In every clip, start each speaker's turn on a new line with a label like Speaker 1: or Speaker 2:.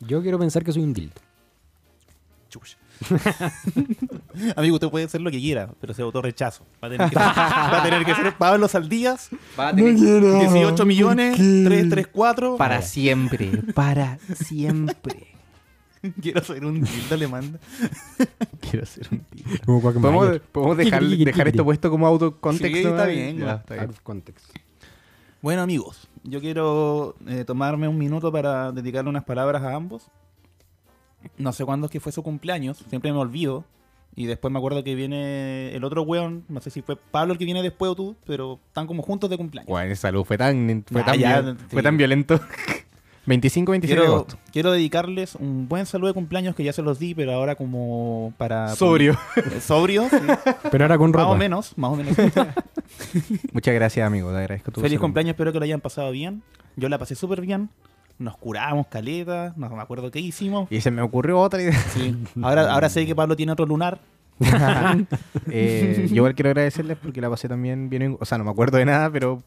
Speaker 1: Yo quiero pensar que soy un dildo.
Speaker 2: Chucha. Amigo, usted puede hacer lo que quiera, pero se votó rechazo. Va a tener que, va a tener que ser Pablo Saldías,
Speaker 3: Va a tener que-
Speaker 2: 18 millones, 334.
Speaker 3: para siempre, para siempre.
Speaker 2: Quiero ser un tilde alemán. Quiero ser un tilde.
Speaker 1: Como Quackmayer.
Speaker 3: ¿Podemos, podemos dejar,
Speaker 1: Tiki, tiki,
Speaker 3: dejar esto
Speaker 1: tiki.
Speaker 3: puesto como autocontexto?
Speaker 2: Sí, está
Speaker 3: Ah,
Speaker 2: bien,
Speaker 3: ya,
Speaker 2: güey.
Speaker 3: está
Speaker 1: Out
Speaker 3: bien.
Speaker 1: of context.
Speaker 2: Bueno, amigos, yo quiero eh, tomarme un minuto para dedicarle unas palabras a ambos. No sé cuándo es que fue su cumpleaños, siempre me olvido. Y después me acuerdo que viene el otro weón, no sé si fue Pablo el que viene después o tú, pero están como juntos de cumpleaños.
Speaker 3: Bueno, esa luz fue tan, fue
Speaker 2: Ah,
Speaker 3: tan,
Speaker 2: ya,
Speaker 3: viol-
Speaker 2: sí.
Speaker 3: fue tan violento. 25, 26 de
Speaker 2: Quiero,
Speaker 3: agosto.
Speaker 2: quiero dedicarles un buen saludo de cumpleaños que ya se los di, pero ahora como
Speaker 3: Ah,
Speaker 2: para... Eh,
Speaker 3: Sobrio.
Speaker 2: Sobrio, sí,
Speaker 1: Pero ahora con
Speaker 2: más o
Speaker 1: ropa.
Speaker 2: menos, más o menos.
Speaker 3: Muchas gracias, amigo. Te agradezco tu
Speaker 2: Feliz
Speaker 3: saludo.
Speaker 2: cumpleaños, espero que lo hayan pasado bien. Yo la pasé súper bien. Nos curábamos caleta, no me acuerdo qué hicimos.
Speaker 3: Y se me ocurrió otra idea.
Speaker 2: Sí. Ahora, ahora sé que Pablo tiene otro lunar.
Speaker 3: Eh, yo igual quiero agradecerles porque la pasé también bien. O sea, no me acuerdo de nada, pero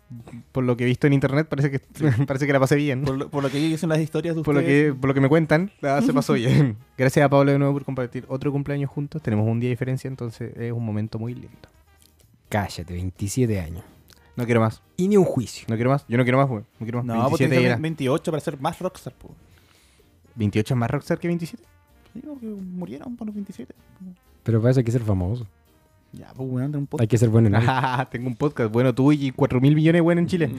Speaker 3: por lo que he visto en internet parece que, parece que la pasé bien.
Speaker 2: Por lo, por lo que dicen las historias de
Speaker 3: Por lo,
Speaker 2: ustedes.
Speaker 3: que, por lo que me cuentan, la- se pasó bien. Gracias a Pablo de nuevo por compartir otro cumpleaños juntos. Tenemos un día de diferencia, entonces es un momento muy lindo.
Speaker 1: Cállate, 27 años.
Speaker 3: No quiero más,
Speaker 1: Y ni un juicio.
Speaker 3: no quiero más, yo no quiero más, güey. No quiero más.
Speaker 2: No, pues
Speaker 3: 27
Speaker 2: tiene que
Speaker 3: era.
Speaker 2: ser 28 para ser más rockstar. pues. po.
Speaker 3: 28 es más rockstar que 27.
Speaker 2: Digo que murieron por los 27.
Speaker 1: Pero para eso hay que ser famoso.
Speaker 2: Ya, pues weón, de un poco.
Speaker 1: Hay que ser bueno en algo.
Speaker 3: Ah, tengo un podcast, bueno, tú y 4 mil millones, güey, en Chile.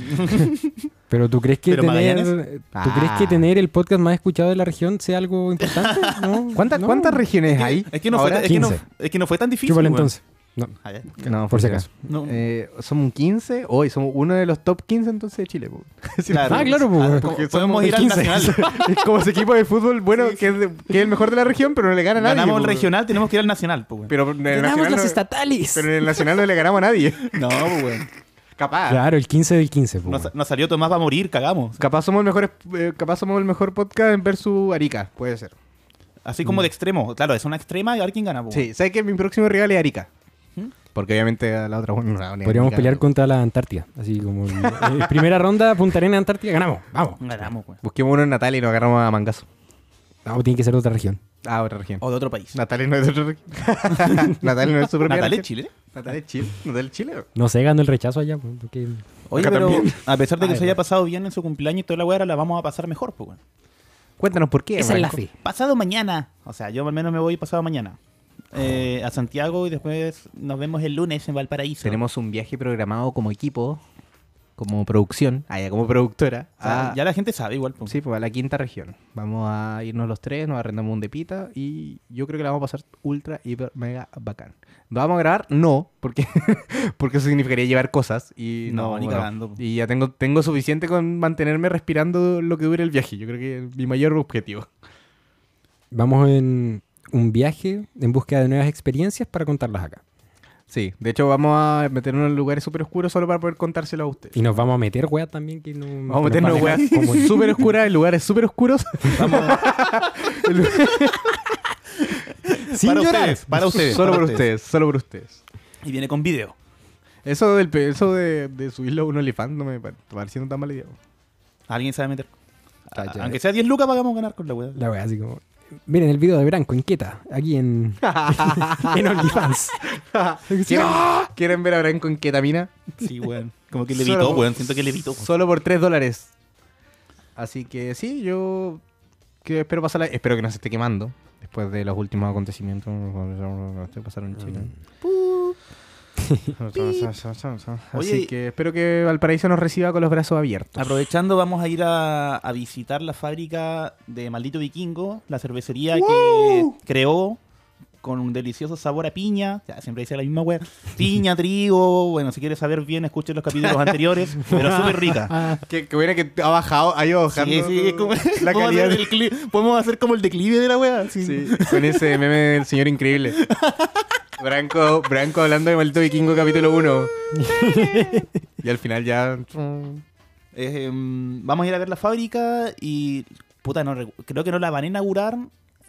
Speaker 1: Pero tú crees que
Speaker 2: ¿Pero
Speaker 1: tener
Speaker 2: Magallanes?
Speaker 1: ¿tú crees que
Speaker 3: Ah.
Speaker 1: tener el podcast más escuchado de la región sea algo importante? No,
Speaker 3: ¿Cuántas,
Speaker 1: no.
Speaker 3: ¿Cuántas regiones hay?
Speaker 2: Es que no, fue,
Speaker 3: ahora?
Speaker 2: tan- es que no,
Speaker 1: 15.
Speaker 2: es que no fue tan difícil.
Speaker 1: Chúpale
Speaker 2: weón.
Speaker 1: entonces. No,
Speaker 2: Ah, ya.
Speaker 3: No,
Speaker 1: por si acaso.
Speaker 2: No.
Speaker 3: Eh, somos un 15, hoy somos uno de los top 15 entonces de Chile. po. Sí,
Speaker 2: Claro.
Speaker 1: Ah, claro, pues,
Speaker 2: Ah,
Speaker 1: weón.
Speaker 2: como-
Speaker 3: porque
Speaker 2: podemos
Speaker 3: somos
Speaker 2: ir al
Speaker 3: 15.
Speaker 2: nacional.
Speaker 3: es como ese equipo de fútbol, bueno, que, es de- que es el mejor de la región, pero no le gana a nadie.
Speaker 2: Ganamos el
Speaker 3: po.
Speaker 2: regional, tenemos que ir al nacional, pues weón.
Speaker 3: Pero en el, nacional no,
Speaker 1: estatales.
Speaker 3: pero en el Nacional no le ganamos a nadie.
Speaker 2: No, pues weón.
Speaker 3: Capaz.
Speaker 1: Ah. Claro, el 15 del 15. pues,
Speaker 2: Nos,
Speaker 1: weón.
Speaker 2: nos salió Tomás va a morir, cagamos.
Speaker 3: Capaz somos el mejor, eh, capaz somos el mejor podcast en versus Arica, puede ser.
Speaker 2: Así como de extremo. Claro, es una extrema y a ver quién gana, pues
Speaker 3: Sí, ¿sabes que mi próximo rival es Arica?
Speaker 2: ¿Mm?
Speaker 3: Porque obviamente a la otra bueno, no la van a
Speaker 1: Podríamos
Speaker 3: Arica.
Speaker 1: pelear contra la Antártida. Así como en en primera ronda, Punta Arenas, Antártida, ganamos. Vamos.
Speaker 2: weón. Ganamos, weón.
Speaker 3: Busquemos uno en Natal y nos agarramos a Mangazo.
Speaker 1: No, tiene que ser otra región.
Speaker 3: Ah, otra región.
Speaker 2: O de otro país.
Speaker 3: Natal no es otra región. Natal no es su propia
Speaker 2: Natal es
Speaker 3: región.
Speaker 2: Chile.
Speaker 3: Natal es Chile. Natal es Chile.
Speaker 1: No sé, ganó el rechazo allá. weón, porque-
Speaker 2: Oye,
Speaker 3: Acá
Speaker 2: pero
Speaker 3: también.
Speaker 2: a pesar de que
Speaker 1: Ay,
Speaker 2: se haya
Speaker 1: weón.
Speaker 2: pasado bien en su cumpleaños y toda la weá, ahora la vamos a pasar mejor, pues weón.
Speaker 3: Cuéntanos por qué.
Speaker 1: Esa es la
Speaker 3: Marco.
Speaker 1: fe.
Speaker 2: Pasado mañana. O sea, yo al menos me voy pasado mañana. eh, a Santiago y después nos vemos el lunes en Valparaíso.
Speaker 3: Tenemos un viaje programado como equipo, como producción, ah, ya, como productora.
Speaker 2: O sea,
Speaker 3: a-
Speaker 2: Ah, Ya la gente sabe igual. po.
Speaker 3: Ah. Sí, pues a la quinta región. Vamos a irnos los tres, nos arrendamos un depita y yo creo que la vamos a pasar ultra, hiper, mega bacán. ¿La ¿Vamos a grabar? No, porque, porque eso significaría llevar cosas y
Speaker 2: No,
Speaker 3: no,
Speaker 2: ni cagando.
Speaker 3: Y ya tengo, tengo suficiente con mantenerme respirando lo que dure el viaje. Yo creo que es mi mayor objetivo.
Speaker 1: Vamos en un viaje en búsqueda de nuevas experiencias para contarlas acá.
Speaker 3: Sí, de hecho vamos a meternos en lugares súper oscuros solo para poder contárselo a ustedes.
Speaker 1: Y nos vamos a meter, weá, también. Que no,
Speaker 3: Vamos a meternos
Speaker 1: nos van
Speaker 3: en weas
Speaker 1: dejar como en-
Speaker 3: súper oscuras, en lugares súper oscuros.
Speaker 1: Sin
Speaker 2: para
Speaker 1: llorar.
Speaker 2: ustedes, para ustedes.
Speaker 3: solo
Speaker 2: para
Speaker 3: por ustedes, solo por ustedes.
Speaker 2: Y viene con video.
Speaker 3: Eso, del, pe- eso de, de subirlo a un OnlyFans no me pa- pareciendo tan mala idea.
Speaker 2: Alguien sabe meter.
Speaker 1: Ah, ya.
Speaker 2: Aunque sea 10 lucas, pagamos ganar con la weá.
Speaker 1: La weá, así como. Miren el video de Branco Inquieta, aquí en, en OnlyFans.
Speaker 3: ¿Quieren, quieren ver a Branco en ketamina?
Speaker 2: Sí, weón. Como que le
Speaker 3: Solo
Speaker 2: evitó,
Speaker 3: por-
Speaker 2: weón. Siento que le evitó.
Speaker 3: Solo por 3 dólares. Así que sí, yo que espero pasarla. Espero que no se esté quemando. Después de los últimos acontecimientos que pasaron en Chile. Así
Speaker 2: Oye,
Speaker 3: que espero que Valparaíso nos reciba con los brazos abiertos.
Speaker 2: Aprovechando, vamos a ir a, a visitar la fábrica de Maldito Vikingo, la cervecería que creó con un delicioso sabor a piña. Ya, siempre dice la misma wea. Piña, trigo. Bueno, si quieres saber bien, escuchen los capítulos anteriores, pero súper rica.
Speaker 3: Que, que hubiera que ha bajado, ha ido bajando
Speaker 2: Ah. Sí, sí, es como-
Speaker 3: la
Speaker 2: podemos,
Speaker 3: calidad.
Speaker 2: hacer el cli- podemos hacer como el declive de la wea. Sí.
Speaker 3: Sí, con ese meme del señor increíble. Branco, Branco hablando de Maldito Vikingo capítulo 1. y al final ya...
Speaker 2: Eh, em, vamos a ir a ver la fábrica y. Puta, no, recu- creo que no la van a inaugurar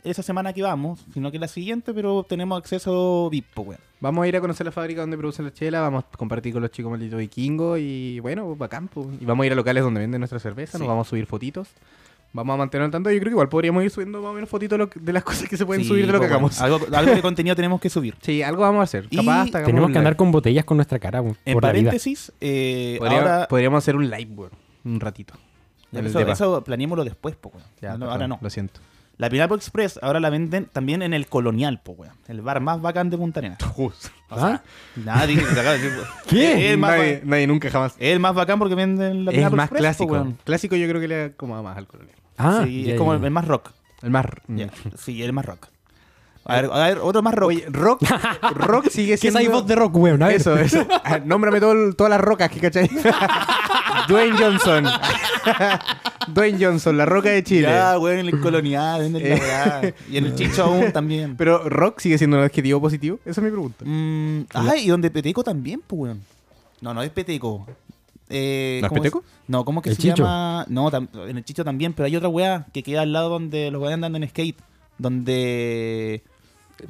Speaker 2: esa semana que vamos, sino que la siguiente, pero tenemos acceso VIP, po, weón.
Speaker 3: Vamos a ir a conocer la fábrica donde producen la chela, vamos a compartir con los chicos Maldito Vikingo y bueno, bacán. po. Y vamos a ir a locales donde venden nuestra cerveza,
Speaker 2: Sí.
Speaker 3: nos vamos a subir fotitos. Vamos a mantener al tanto. Yo creo que igual podríamos ir subiendo más o menos fotitos de lo que- de las cosas que se pueden
Speaker 2: Sí,
Speaker 3: subir de lo que
Speaker 2: pues, bueno,
Speaker 3: hagamos.
Speaker 2: Algo, algo de contenido tenemos que subir.
Speaker 3: Sí, algo vamos a hacer.
Speaker 2: Y
Speaker 3: Capaz hasta hagamos
Speaker 1: Tenemos que
Speaker 3: un live.
Speaker 1: andar con botellas con nuestra cara weón,
Speaker 2: En
Speaker 1: por Navidad.
Speaker 2: paréntesis, eh,
Speaker 3: Podría-
Speaker 2: ahora.
Speaker 3: Podríamos hacer un live, weón. Un ratito.
Speaker 2: Ya,
Speaker 3: En el
Speaker 2: eso,
Speaker 3: depa.
Speaker 2: eso planeémoslo después, po, weón.
Speaker 3: Ya,
Speaker 2: No,
Speaker 3: perdón,
Speaker 2: ahora no.
Speaker 3: Lo siento.
Speaker 2: La Pinapo Express ahora la venden también en el Colonial, po, weón. El bar más bacán de Punta Arenas.
Speaker 1: ¿Ah?
Speaker 2: Nadie se acaba de decir, weón.
Speaker 3: ¿Qué?
Speaker 2: El más,
Speaker 3: Nadie,
Speaker 2: ba-
Speaker 3: nadie nunca jamás.
Speaker 2: el más bacán porque venden la
Speaker 3: es
Speaker 2: Pineapple
Speaker 3: más
Speaker 2: Express, po,
Speaker 3: clásico.
Speaker 2: weón.
Speaker 3: Clásico yo creo que le acomoda más al colonial.
Speaker 1: Ah,
Speaker 2: Sí,
Speaker 1: ya,
Speaker 2: es como
Speaker 1: ya,
Speaker 2: el,
Speaker 1: ya.
Speaker 2: el más rock.
Speaker 3: El más... r-
Speaker 2: Ya, Sí, el más rock. A ver, a ver, otro más rock.
Speaker 3: Mm. Oye, rock, rock sigue
Speaker 1: ¿Qué es
Speaker 3: siendo...
Speaker 1: ahí voz de rock, weón? A ver.
Speaker 3: Eso, eso. Ah, Nómbrame todo el- todas las rocas que cachai. Dwayne Johnson. Dwayne Johnson, la roca de Chile.
Speaker 2: Ya, weón, Ah, en el Colonial, en el
Speaker 3: Eh.
Speaker 2: Navidad. Y en el Chicho aún también.
Speaker 3: Pero rock sigue siendo un adjetivo positivo. Esa es mi pregunta.
Speaker 2: Mm, ay, y donde Peteco también, pues, weón. No, no es Peteco. Eh,
Speaker 3: ¿No es
Speaker 2: ¿cómo
Speaker 3: Peteco?
Speaker 2: No, ¿cómo que
Speaker 1: ¿El
Speaker 2: se
Speaker 1: Chicho?
Speaker 2: llama? No, tam- en el Chicho también, pero hay otra weá que queda al lado donde los weones andando en skate. Donde.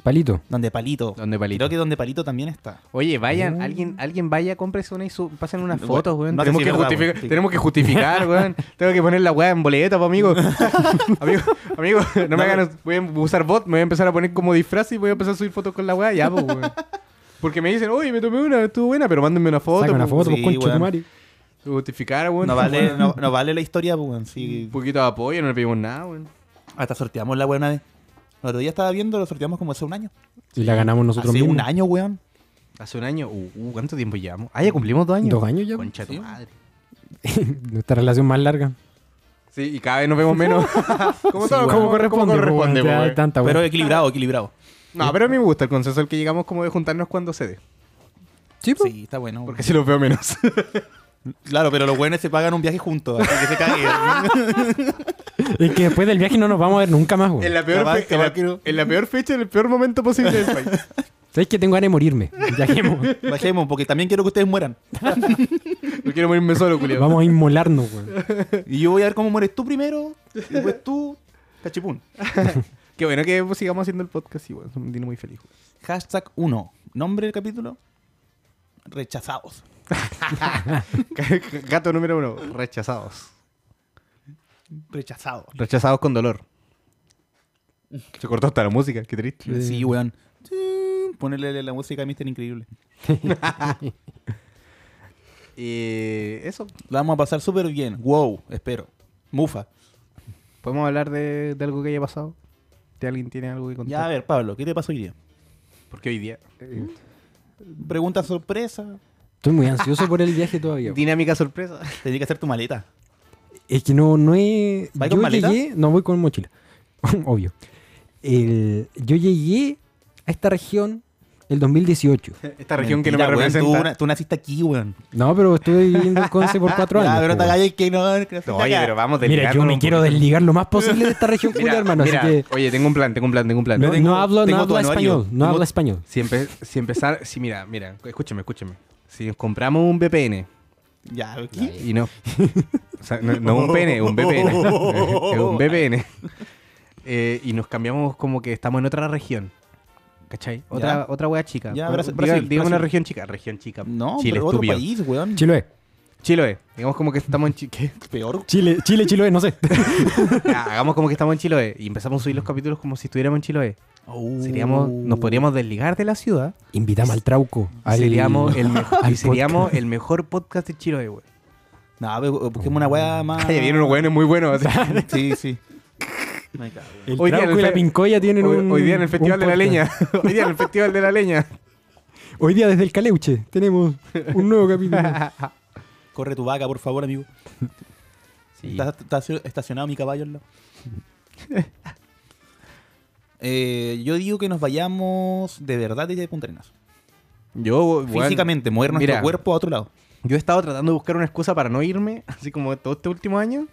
Speaker 1: Palito.
Speaker 2: Donde Palito.
Speaker 3: Donde Palito.
Speaker 2: Creo que donde Palito también está.
Speaker 3: Oye, vayan,
Speaker 1: Oh.
Speaker 3: alguien, alguien vaya, cómprese una y su- pasen unas
Speaker 2: Bueno,
Speaker 3: fotos, weón.
Speaker 2: no sé
Speaker 3: Mm. tenemos,
Speaker 2: si
Speaker 3: que
Speaker 2: es verdad,
Speaker 3: justificar,
Speaker 2: weón, sí.
Speaker 3: tenemos que justificar, weón. Tengo que poner la weá en boleta, po, amigo. amigo, amigo, no me
Speaker 2: No,
Speaker 3: hagan. Voy a em-, usar bot, me voy a empezar a poner como disfraz y voy a empezar a subir fotos con la weá, ya, po, weón. Porque me dicen, oye, me tomé una, estuvo buena, pero mándenme una foto.
Speaker 1: Saca una
Speaker 3: po,
Speaker 1: foto,
Speaker 2: sí,
Speaker 1: pues, concha
Speaker 2: weón.
Speaker 1: tu madre.
Speaker 3: Justificar, weón.
Speaker 2: No vale,
Speaker 3: Weón.
Speaker 2: no, no vale la historia, pues, weón.
Speaker 3: Un
Speaker 2: Sí.
Speaker 3: poquito de apoyo, no le pedimos nada, weón.
Speaker 2: Hasta sorteamos la weá una vez. El otro día estaba viendo, lo sorteamos como hace un año.
Speaker 1: Y la ganamos nosotros
Speaker 2: hace
Speaker 1: mismos.
Speaker 2: un año, weón.
Speaker 3: Hace un año, uh, uh, ¿cuánto tiempo llevamos? Ah, ya cumplimos dos años.
Speaker 1: Dos años ya.
Speaker 3: Concha de
Speaker 2: Sí.
Speaker 3: tu madre.
Speaker 1: Nuestra relación más larga.
Speaker 3: Sí, y cada vez nos vemos menos. como
Speaker 1: Sí,
Speaker 3: todo,
Speaker 1: weón.
Speaker 3: como corresponde,
Speaker 1: Como
Speaker 3: corresponde,
Speaker 1: weón, ya
Speaker 3: weón.
Speaker 1: tanta, weón.
Speaker 2: Pero equilibrado, equilibrado.
Speaker 3: No, pero a mí me gusta el consenso al que llegamos como de juntarnos cuando cede.
Speaker 1: Sí, pues.
Speaker 2: Sí, está bueno.
Speaker 3: Porque si los veo menos.
Speaker 2: Claro, pero los weones se pagan un viaje juntos, así que se caguen.
Speaker 1: Es que después del viaje no nos vamos a ver nunca más, weón.
Speaker 3: en, la peor
Speaker 2: Capaz,
Speaker 3: fe- en, la,
Speaker 2: capaz que no.
Speaker 3: en la peor fecha, en el peor momento posible del país.
Speaker 1: ¿Sabes que tengo ganas de morirme? Viajemos.
Speaker 2: Bajemos, porque también quiero que ustedes mueran.
Speaker 3: No quiero morirme solo, culiado.
Speaker 1: vamos a inmolarnos, weón.
Speaker 2: Y yo voy a ver cómo mueres tú primero, y después tú, cachipún.
Speaker 3: Qué bueno que pues, sigamos haciendo el podcast igual. Es un día muy feliz. weón.
Speaker 2: Hashtag 1. Nombre del capítulo. Rechazados.
Speaker 3: Gato número uno. Rechazados.
Speaker 2: Rechazados.
Speaker 3: Rechazados con dolor. Se cortó hasta la música. Qué triste.
Speaker 1: Sí.
Speaker 2: Sí, weón. Ponerle la música a Mister Increíble.
Speaker 3: Eh, eso.
Speaker 2: La vamos a pasar súper bien. Wow, espero. Mufa.
Speaker 3: ¿Podemos hablar de, de algo que haya pasado? ¿De alguien tiene algo que contar?
Speaker 2: Ya, a ver, Pablo, ¿qué te pasó hoy día?
Speaker 3: Porque hoy día.
Speaker 2: Pregunta sorpresa.
Speaker 1: Estoy muy ansioso por el viaje todavía. weón.
Speaker 3: Dinámica sorpresa.
Speaker 2: Tenía que hacer tu maleta.
Speaker 1: Es que no, no he.
Speaker 2: ¿Vas
Speaker 1: yo
Speaker 2: con maleta?
Speaker 1: llegué. No voy con mochila. Obvio. El- yo llegué a esta región el 2018.
Speaker 3: Esta región que no me
Speaker 2: Mentira, weón,
Speaker 3: representa.
Speaker 2: tú na- Tú, naciste aquí, weón.
Speaker 1: No, pero estuve viviendo en Conce por cuatro años.
Speaker 2: Ya, pero
Speaker 1: po,
Speaker 2: te
Speaker 1: weón.
Speaker 2: calles que no. que naciste
Speaker 3: Oye,
Speaker 2: acá.
Speaker 3: pero vamos
Speaker 1: Mira, yo
Speaker 3: desligándonos
Speaker 1: me
Speaker 3: un
Speaker 1: quiero
Speaker 3: poquito.
Speaker 1: desligar lo más posible de esta región, culia, hermano.
Speaker 3: mira,
Speaker 1: así que
Speaker 3: Oye, tengo un plan, tengo un plan, tengo un plan.
Speaker 1: no,
Speaker 2: tengo-
Speaker 1: no hablo,
Speaker 2: tengo
Speaker 1: no hablo
Speaker 2: tu anuario.
Speaker 1: español. No
Speaker 2: Tengo-
Speaker 1: hablo español.
Speaker 3: Si, empe- si empezar, si mira, mira, escúchame, escúchame. Si nos compramos un VPN
Speaker 2: Ya, ¿qué?
Speaker 3: y no. O sea, no, no un pene, un VPN. es un VPN. Eh, y nos cambiamos como que estamos en otra región. ¿Cachai? Otra, otra wea chica.
Speaker 2: Ya,
Speaker 3: Bueno,
Speaker 2: Brasil-
Speaker 3: diga-
Speaker 2: Brasil,
Speaker 3: digamos una
Speaker 2: Brasil.
Speaker 3: región chica. Región chica.
Speaker 2: No,
Speaker 3: Chile,
Speaker 2: pero otro
Speaker 3: estúpido.
Speaker 2: país, weón.
Speaker 1: Chiloé.
Speaker 3: Chiloé. Digamos como que estamos en Chi- ¿qué?
Speaker 2: Peor.
Speaker 1: Chile, Chile, Chiloé, no sé.
Speaker 3: Ya, hagamos como que estamos en Chiloé. Y empezamos a subir los capítulos como si estuviéramos en Chiloé.
Speaker 2: Oh.
Speaker 3: Seríamos, nos podríamos desligar de la ciudad.
Speaker 1: Invitamos al Trauco.
Speaker 3: Y
Speaker 1: al-
Speaker 3: seríamos, el, mejo- y
Speaker 1: al
Speaker 3: seríamos el mejor podcast de Chiloé, güey.
Speaker 2: No, pero busquemos una weá más.
Speaker 3: Ay, vienen unos güeyes muy buenos.
Speaker 2: Sí, sí. Me cago, weón.
Speaker 1: El
Speaker 3: Hoy día
Speaker 1: Trauco
Speaker 3: en el
Speaker 1: y la
Speaker 3: fe-
Speaker 1: Pincoya tienen
Speaker 3: hoy,
Speaker 1: un.
Speaker 3: hoy día en el
Speaker 1: un
Speaker 3: Festival de la
Speaker 1: podcast.
Speaker 3: Leña. Hoy día en el Festival de la Leña.
Speaker 1: Hoy día desde el Caleuche tenemos un nuevo capítulo.
Speaker 2: Corre tu vaca, por favor, amigo. Está, está estacio- estacionado mi caballo al lado. Eh, yo digo que nos vayamos de verdad desde Punta Arenas.
Speaker 3: Yo, weón,
Speaker 2: Físicamente, mover nuestro
Speaker 3: mira,
Speaker 2: cuerpo a otro lado.
Speaker 3: Yo he estado tratando de buscar una excusa para no irme, así como todo este último año.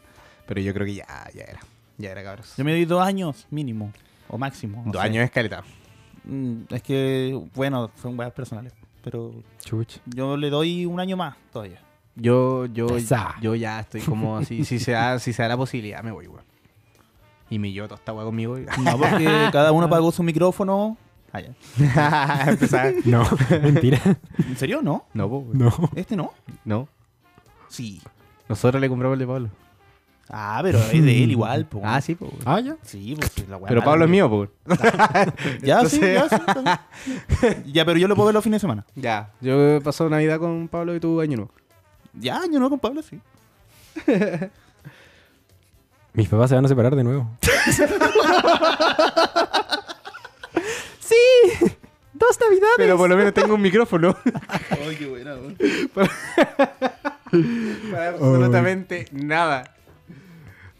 Speaker 3: Pero yo creo que ya, ya era. Ya era, cabros.
Speaker 2: Yo me doy dos años mínimo, o máximo. no
Speaker 3: Dos
Speaker 2: sé.
Speaker 3: años de escaleta.
Speaker 2: Mm, Es que, bueno, son weas personales. Pero
Speaker 1: Chuch.
Speaker 2: yo le doy un año más todavía.
Speaker 3: Yo, yo,
Speaker 1: Esa.
Speaker 3: yo ya estoy como así. Si se da, si se da la posibilidad, me voy, weón. Y mi yo toda esta weá conmigo. y-
Speaker 2: No, porque cada uno pagó su micrófono. Ah, ya.
Speaker 3: Empezaba-
Speaker 1: No, mentira.
Speaker 2: ¿En serio? ¿No?
Speaker 3: No, po, weón.
Speaker 1: No.
Speaker 2: ¿Este no?
Speaker 3: no.
Speaker 2: Sí.
Speaker 3: Nosotros le compramos el de Pablo.
Speaker 2: Ah, pero es de él igual, po.
Speaker 3: Ah, sí, pues.
Speaker 1: Ah, ya.
Speaker 2: Sí, pues sí, la weá
Speaker 3: Pero
Speaker 2: mala,
Speaker 3: Pablo es
Speaker 2: weón.
Speaker 3: mío, pues.
Speaker 2: Ya, sí, ya,
Speaker 3: Entonces-
Speaker 2: sí. también. ya, pero yo lo puedo ver los fines de semana.
Speaker 3: Ya, Ah, yo he pasado Navidad con Pablo y tú año nuevo.
Speaker 2: Ya, yo no con Pablo, sí.
Speaker 1: Mis papás se van a separar de nuevo. sí. Dos navidades.
Speaker 3: Pero por lo menos tengo un micrófono
Speaker 2: Ay, qué buena,
Speaker 3: para absolutamente nada.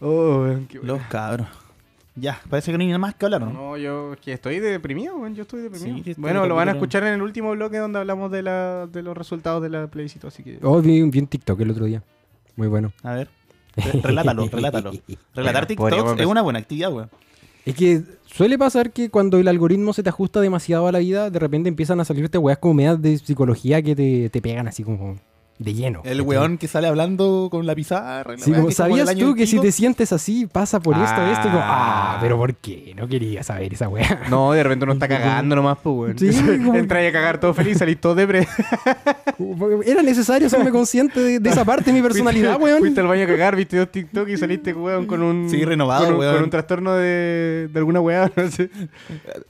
Speaker 3: Oh, weón, qué bueno.
Speaker 2: Los cabros. Ya, parece que no hay nada más que hablar, ¿no?
Speaker 3: No, yo es que estoy deprimido, weón, yo estoy deprimido.
Speaker 2: Sí, sí, estoy
Speaker 3: bueno, lo van a
Speaker 2: capítulo.
Speaker 3: escuchar en el último bloque donde hablamos de, la, de los resultados de la plebiscito, así que...
Speaker 1: Oh, vi, un- vi un TikTok el otro día. Muy bueno.
Speaker 2: A ver. re- Relátalo, relátalo. Relatar
Speaker 3: Bueno, podríamos
Speaker 2: TikToks es
Speaker 3: empezar.
Speaker 2: una buena actividad, weón.
Speaker 1: Es que suele pasar que cuando el algoritmo se te ajusta demasiado a la vida, de repente empiezan a salirte weas como medias de psicología que te, te pegan así como de lleno.
Speaker 2: El
Speaker 1: ¿cachai?
Speaker 2: weón que sale hablando con la pizarra. y la
Speaker 1: Sí,
Speaker 2: weá
Speaker 1: como,
Speaker 2: que es del
Speaker 1: ¿Sabías
Speaker 2: año
Speaker 1: tú que si
Speaker 2: antiguo?
Speaker 1: te sientes así pasa por esto, esto? Y como, ah,
Speaker 3: Ah.
Speaker 1: pero ¿por qué? No quería saber esa wea.
Speaker 3: No, de repente uno está cagando nomás, pues, weón.
Speaker 1: Sí, como-
Speaker 3: Entra y a cagar todo feliz, salís todo depre.
Speaker 1: Era necesario serme consciente de, de esa parte de mi personalidad,
Speaker 3: Fuiste-
Speaker 1: weón.
Speaker 3: Fuiste al baño a cagar, viste dos TikTok y saliste, weón, con un...
Speaker 2: Sí, renovado,
Speaker 3: con un,
Speaker 2: weón.
Speaker 3: Con un trastorno de, de alguna weá, no sé.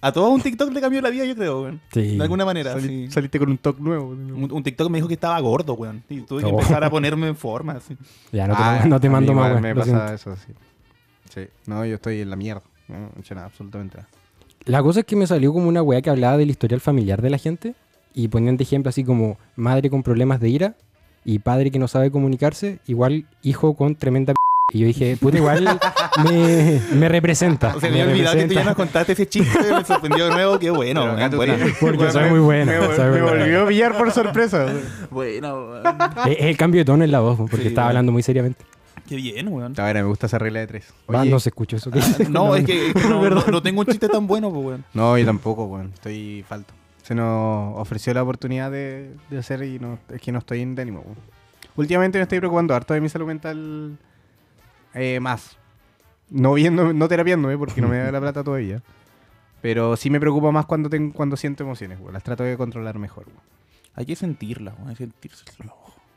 Speaker 2: A todos un TikTok le cambió la vida, yo creo, weón.
Speaker 1: Sí.
Speaker 2: De alguna manera.
Speaker 3: Sali-
Speaker 2: sí.
Speaker 3: Saliste con un toque nuevo.
Speaker 2: Un, un TikTok me dijo que estaba gordo, weón. Y tuve que
Speaker 1: Oh.
Speaker 2: empezar a ponerme en forma. así.
Speaker 1: Ya, no te,
Speaker 3: Ah,
Speaker 1: no te
Speaker 3: a mí
Speaker 1: mando más,
Speaker 3: igual
Speaker 1: weón.
Speaker 3: Me
Speaker 1: lo siento.
Speaker 3: pasa eso, sí. Sí. No, yo estoy en la mierda. No, no he hecho nada, absolutamente nada.
Speaker 1: La cosa es que me salió como una weá que hablaba del historial familiar de la gente y ponían de ejemplo así como madre con problemas de ira y padre que no sabe comunicarse, igual hijo con tremenda p... Y yo dije, puta, igual me, me representa.
Speaker 2: O sea, me había olvidado que tú ya nos contaste ese chiste. Me sorprendió de nuevo. Qué bueno,
Speaker 3: Pero acá
Speaker 2: weón.
Speaker 3: tú
Speaker 2: Buena,
Speaker 3: tienes-
Speaker 1: Porque
Speaker 3: Bueno,
Speaker 1: soy
Speaker 3: me-
Speaker 1: muy buena,
Speaker 3: Me, vol-
Speaker 1: soy muy
Speaker 3: me
Speaker 1: buena.
Speaker 3: volvió a pillar por sorpresa.
Speaker 2: Buena, weón.
Speaker 1: Es- es el cambio de tono en la voz, porque
Speaker 2: Sí,
Speaker 1: estaba
Speaker 2: weón.
Speaker 1: hablando muy seriamente.
Speaker 2: Qué bien, weón.
Speaker 3: A ver, me gusta esa regla de tres.
Speaker 1: Va,
Speaker 3: Oye,
Speaker 1: no se escuchó eso. que
Speaker 2: Ah,
Speaker 1: hice.
Speaker 2: No, es que, es que no, no- no tengo un chiste tan bueno, pues, weón.
Speaker 3: No, yo tampoco, weón. Estoy falto. Se nos ofreció la oportunidad de, de hacer y no, es que no estoy en ánimo, weón. Últimamente me estoy preocupando harto de mi salud mental eh, más. No viendo, no terapiándome porque no me da la plata todavía. Pero sí me preocupa más cuando tengo, cuando siento emociones, weón. Las trato de controlar mejor, weón.
Speaker 2: Hay que sentirla, weón. Hay que sentirse. Ah.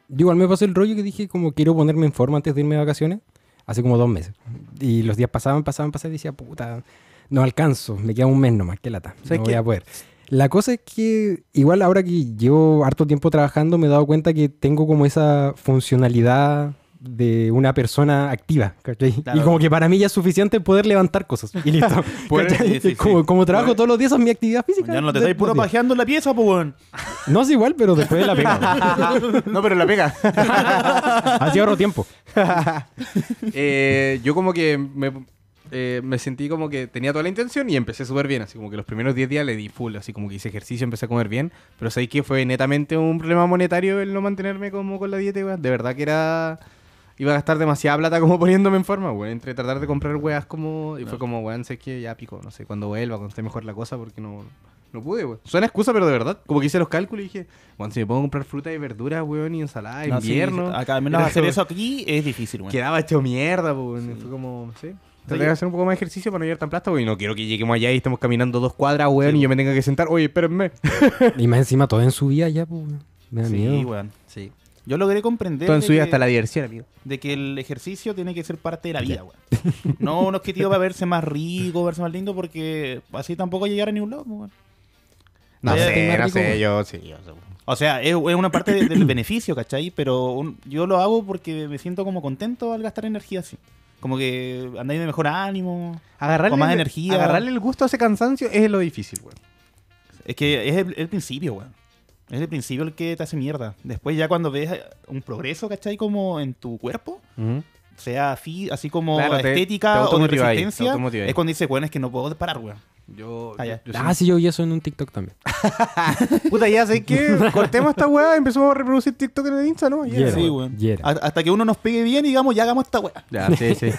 Speaker 1: Yo igual me pasó el rollo que dije como quiero ponerme en forma antes de irme de vacaciones, hace como dos meses. Y los días pasaban, pasaban, pasaban y decía, puta, no alcanzo, me queda un mes nomás, qué lata, no
Speaker 3: ¿Sabes
Speaker 1: voy
Speaker 3: qué?
Speaker 1: a poder. La cosa es que igual ahora que llevo harto tiempo trabajando me he dado cuenta que tengo como esa funcionalidad de una persona activa, ¿cachai?
Speaker 2: Claro.
Speaker 1: Y como que para mí ya es suficiente poder levantar cosas y listo.
Speaker 2: Poder-
Speaker 1: ¿cachai?
Speaker 2: sí, sí, sí.
Speaker 1: como, como trabajo
Speaker 2: Poder-
Speaker 1: todos los días, esa es mi actividad física.
Speaker 2: Mañana no te
Speaker 1: de-
Speaker 2: estáis puro
Speaker 1: los días.
Speaker 2: pajeando en la pieza, pues, weón.
Speaker 1: No es igual, pero después de la pega.
Speaker 3: No, pero la pega.
Speaker 1: Así ahorro tiempo.
Speaker 3: Eh, yo como que me, eh, me sentí como que tenía toda la intención y empecé súper bien. Así como que los primeros 10 días le di full, así como que hice ejercicio, empecé a comer bien. Pero sabéis que fue netamente un problema monetario el no mantenerme como con la dieta, weón. De verdad que era... Iba a gastar demasiada plata como poniéndome en forma, weón. Entre tratar de comprar weas como... Y fue como, weón, sé que ya pico, no sé, cuando vuelva, cuando esté mejor la cosa, porque no... No pude, weón. Suena excusa, pero de verdad. Como que hice los cálculos y dije, weón, si me puedo comprar fruta y verduras, weón, y ensalada,
Speaker 2: No, sí,
Speaker 3: invierno.
Speaker 2: acá, al menos
Speaker 3: Era
Speaker 2: hacer
Speaker 3: como-
Speaker 2: eso aquí es difícil, weón.
Speaker 3: Quedaba hecho mierda, pues. Fue como, sí. Traté de hacer un poco más de ejercicio para no llegar tan plasta, porque no quiero que lleguemos allá y estemos caminando dos cuadras, weón, y yo me tenga que sentar. Oye, espérenme.
Speaker 1: Y más encima todo en su vida ya, pues. Me da
Speaker 2: Sí,
Speaker 1: miedo.
Speaker 2: weón.
Speaker 3: Sí.
Speaker 2: Yo logré comprender.
Speaker 3: Todo en
Speaker 2: de
Speaker 3: su vida
Speaker 2: que-
Speaker 3: hasta la diversión, amigo.
Speaker 2: de que el ejercicio tiene que ser parte de la vida, weón. No un objetivo para verse más rico, verse más lindo, porque así tampoco llegar a ningún lado, weón.
Speaker 3: No
Speaker 2: Vaya,
Speaker 1: qué
Speaker 3: sé, no
Speaker 1: rico,
Speaker 3: sé,
Speaker 1: weón.
Speaker 3: yo sí, yo sé.
Speaker 2: O sea, es, es una parte de- del beneficio, ¿cachai? Pero un- yo lo hago porque me siento como contento al gastar energía así. Como que andáis de mejor ánimo.
Speaker 3: Agarrarle,
Speaker 2: Con más
Speaker 3: el-
Speaker 2: energía.
Speaker 3: Agarrarle el gusto a ese cansancio es lo difícil, weón.
Speaker 2: Es que es el, el principio, weón. Es el principio el que te hace mierda. Después ya cuando ves eh, un progreso, ¿cachai? Como en tu cuerpo, sea fi- así como
Speaker 3: Claro, te-
Speaker 2: estética o
Speaker 3: te
Speaker 2: de
Speaker 3: automotiváis, te
Speaker 2: resistencia,
Speaker 3: automotiváis.
Speaker 2: es cuando dices, weón, es que no puedo parar, weón.
Speaker 3: Yo.
Speaker 2: Ah, ya.
Speaker 3: yo
Speaker 1: Ah, sí, yo vi eso en un TikTok también.
Speaker 3: sí. Puta, ya sé que cortemos esta weá y empezamos a reproducir TikTok en el Insta, ¿no?
Speaker 1: Hiera,
Speaker 2: Sí,
Speaker 1: weón,
Speaker 2: weón.
Speaker 1: hiera.
Speaker 2: Ha- Hasta que uno nos pegue bien y digamos, ya hagamos esta weá.
Speaker 3: Ya, sí, sí.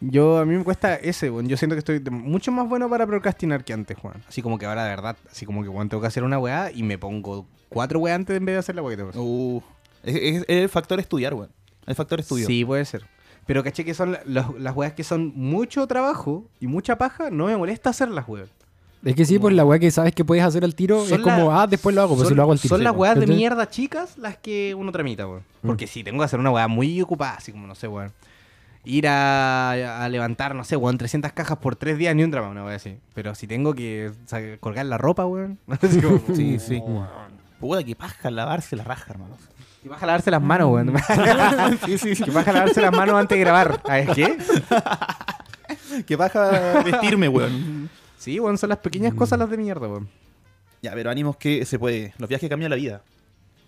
Speaker 3: Yo, a mí me cuesta ese, weón. Yo siento que estoy de- mucho más bueno para procrastinar que antes, Juan. Así como que ahora, de verdad, así como que, Juan, tengo que hacer una weá y me pongo cuatro weá antes en vez de hacer la weá que tengo que hacer.
Speaker 2: Uh, es, es- es el factor estudiar, weón. El factor Uh, estudio.
Speaker 3: Sí, puede ser. Pero caché que son la- los- las weas que son mucho trabajo y mucha paja, no me molesta hacerlas, weón.
Speaker 1: Es que sí, pues la weá que sabes que puedes hacer al tiro
Speaker 3: Son
Speaker 1: es como,
Speaker 3: la-
Speaker 1: ah, después lo hago, pues
Speaker 3: son-
Speaker 1: si lo hago al tiro.
Speaker 3: Son las weas de
Speaker 1: ¿Cachai? Mm.
Speaker 3: mierda chicas las que uno tramita, weón. Porque sí, tengo que hacer una wea muy ocupada, así como, no sé, weón. ir a, a levantar, no sé, weón, 300 cajas por 3 días, ni un drama, una wea así. Pero si tengo que sa- colgar la ropa, weón. así como,
Speaker 2: Sí, sí.
Speaker 3: weón.
Speaker 2: Puta, que paja lavarse la raja, hermano.
Speaker 3: Que vas a lavarse las manos,
Speaker 1: Mm.
Speaker 3: weón.
Speaker 2: Ah,
Speaker 3: Que vas a lavarse las manos antes de grabar. ¿Sabes qué?
Speaker 2: Que paja vestirme, weón.
Speaker 3: Sí, weón, son las pequeñas
Speaker 1: Mm.
Speaker 3: cosas las de mierda, weón.
Speaker 2: Ya, pero ánimos que se puede. Los viajes cambian la vida.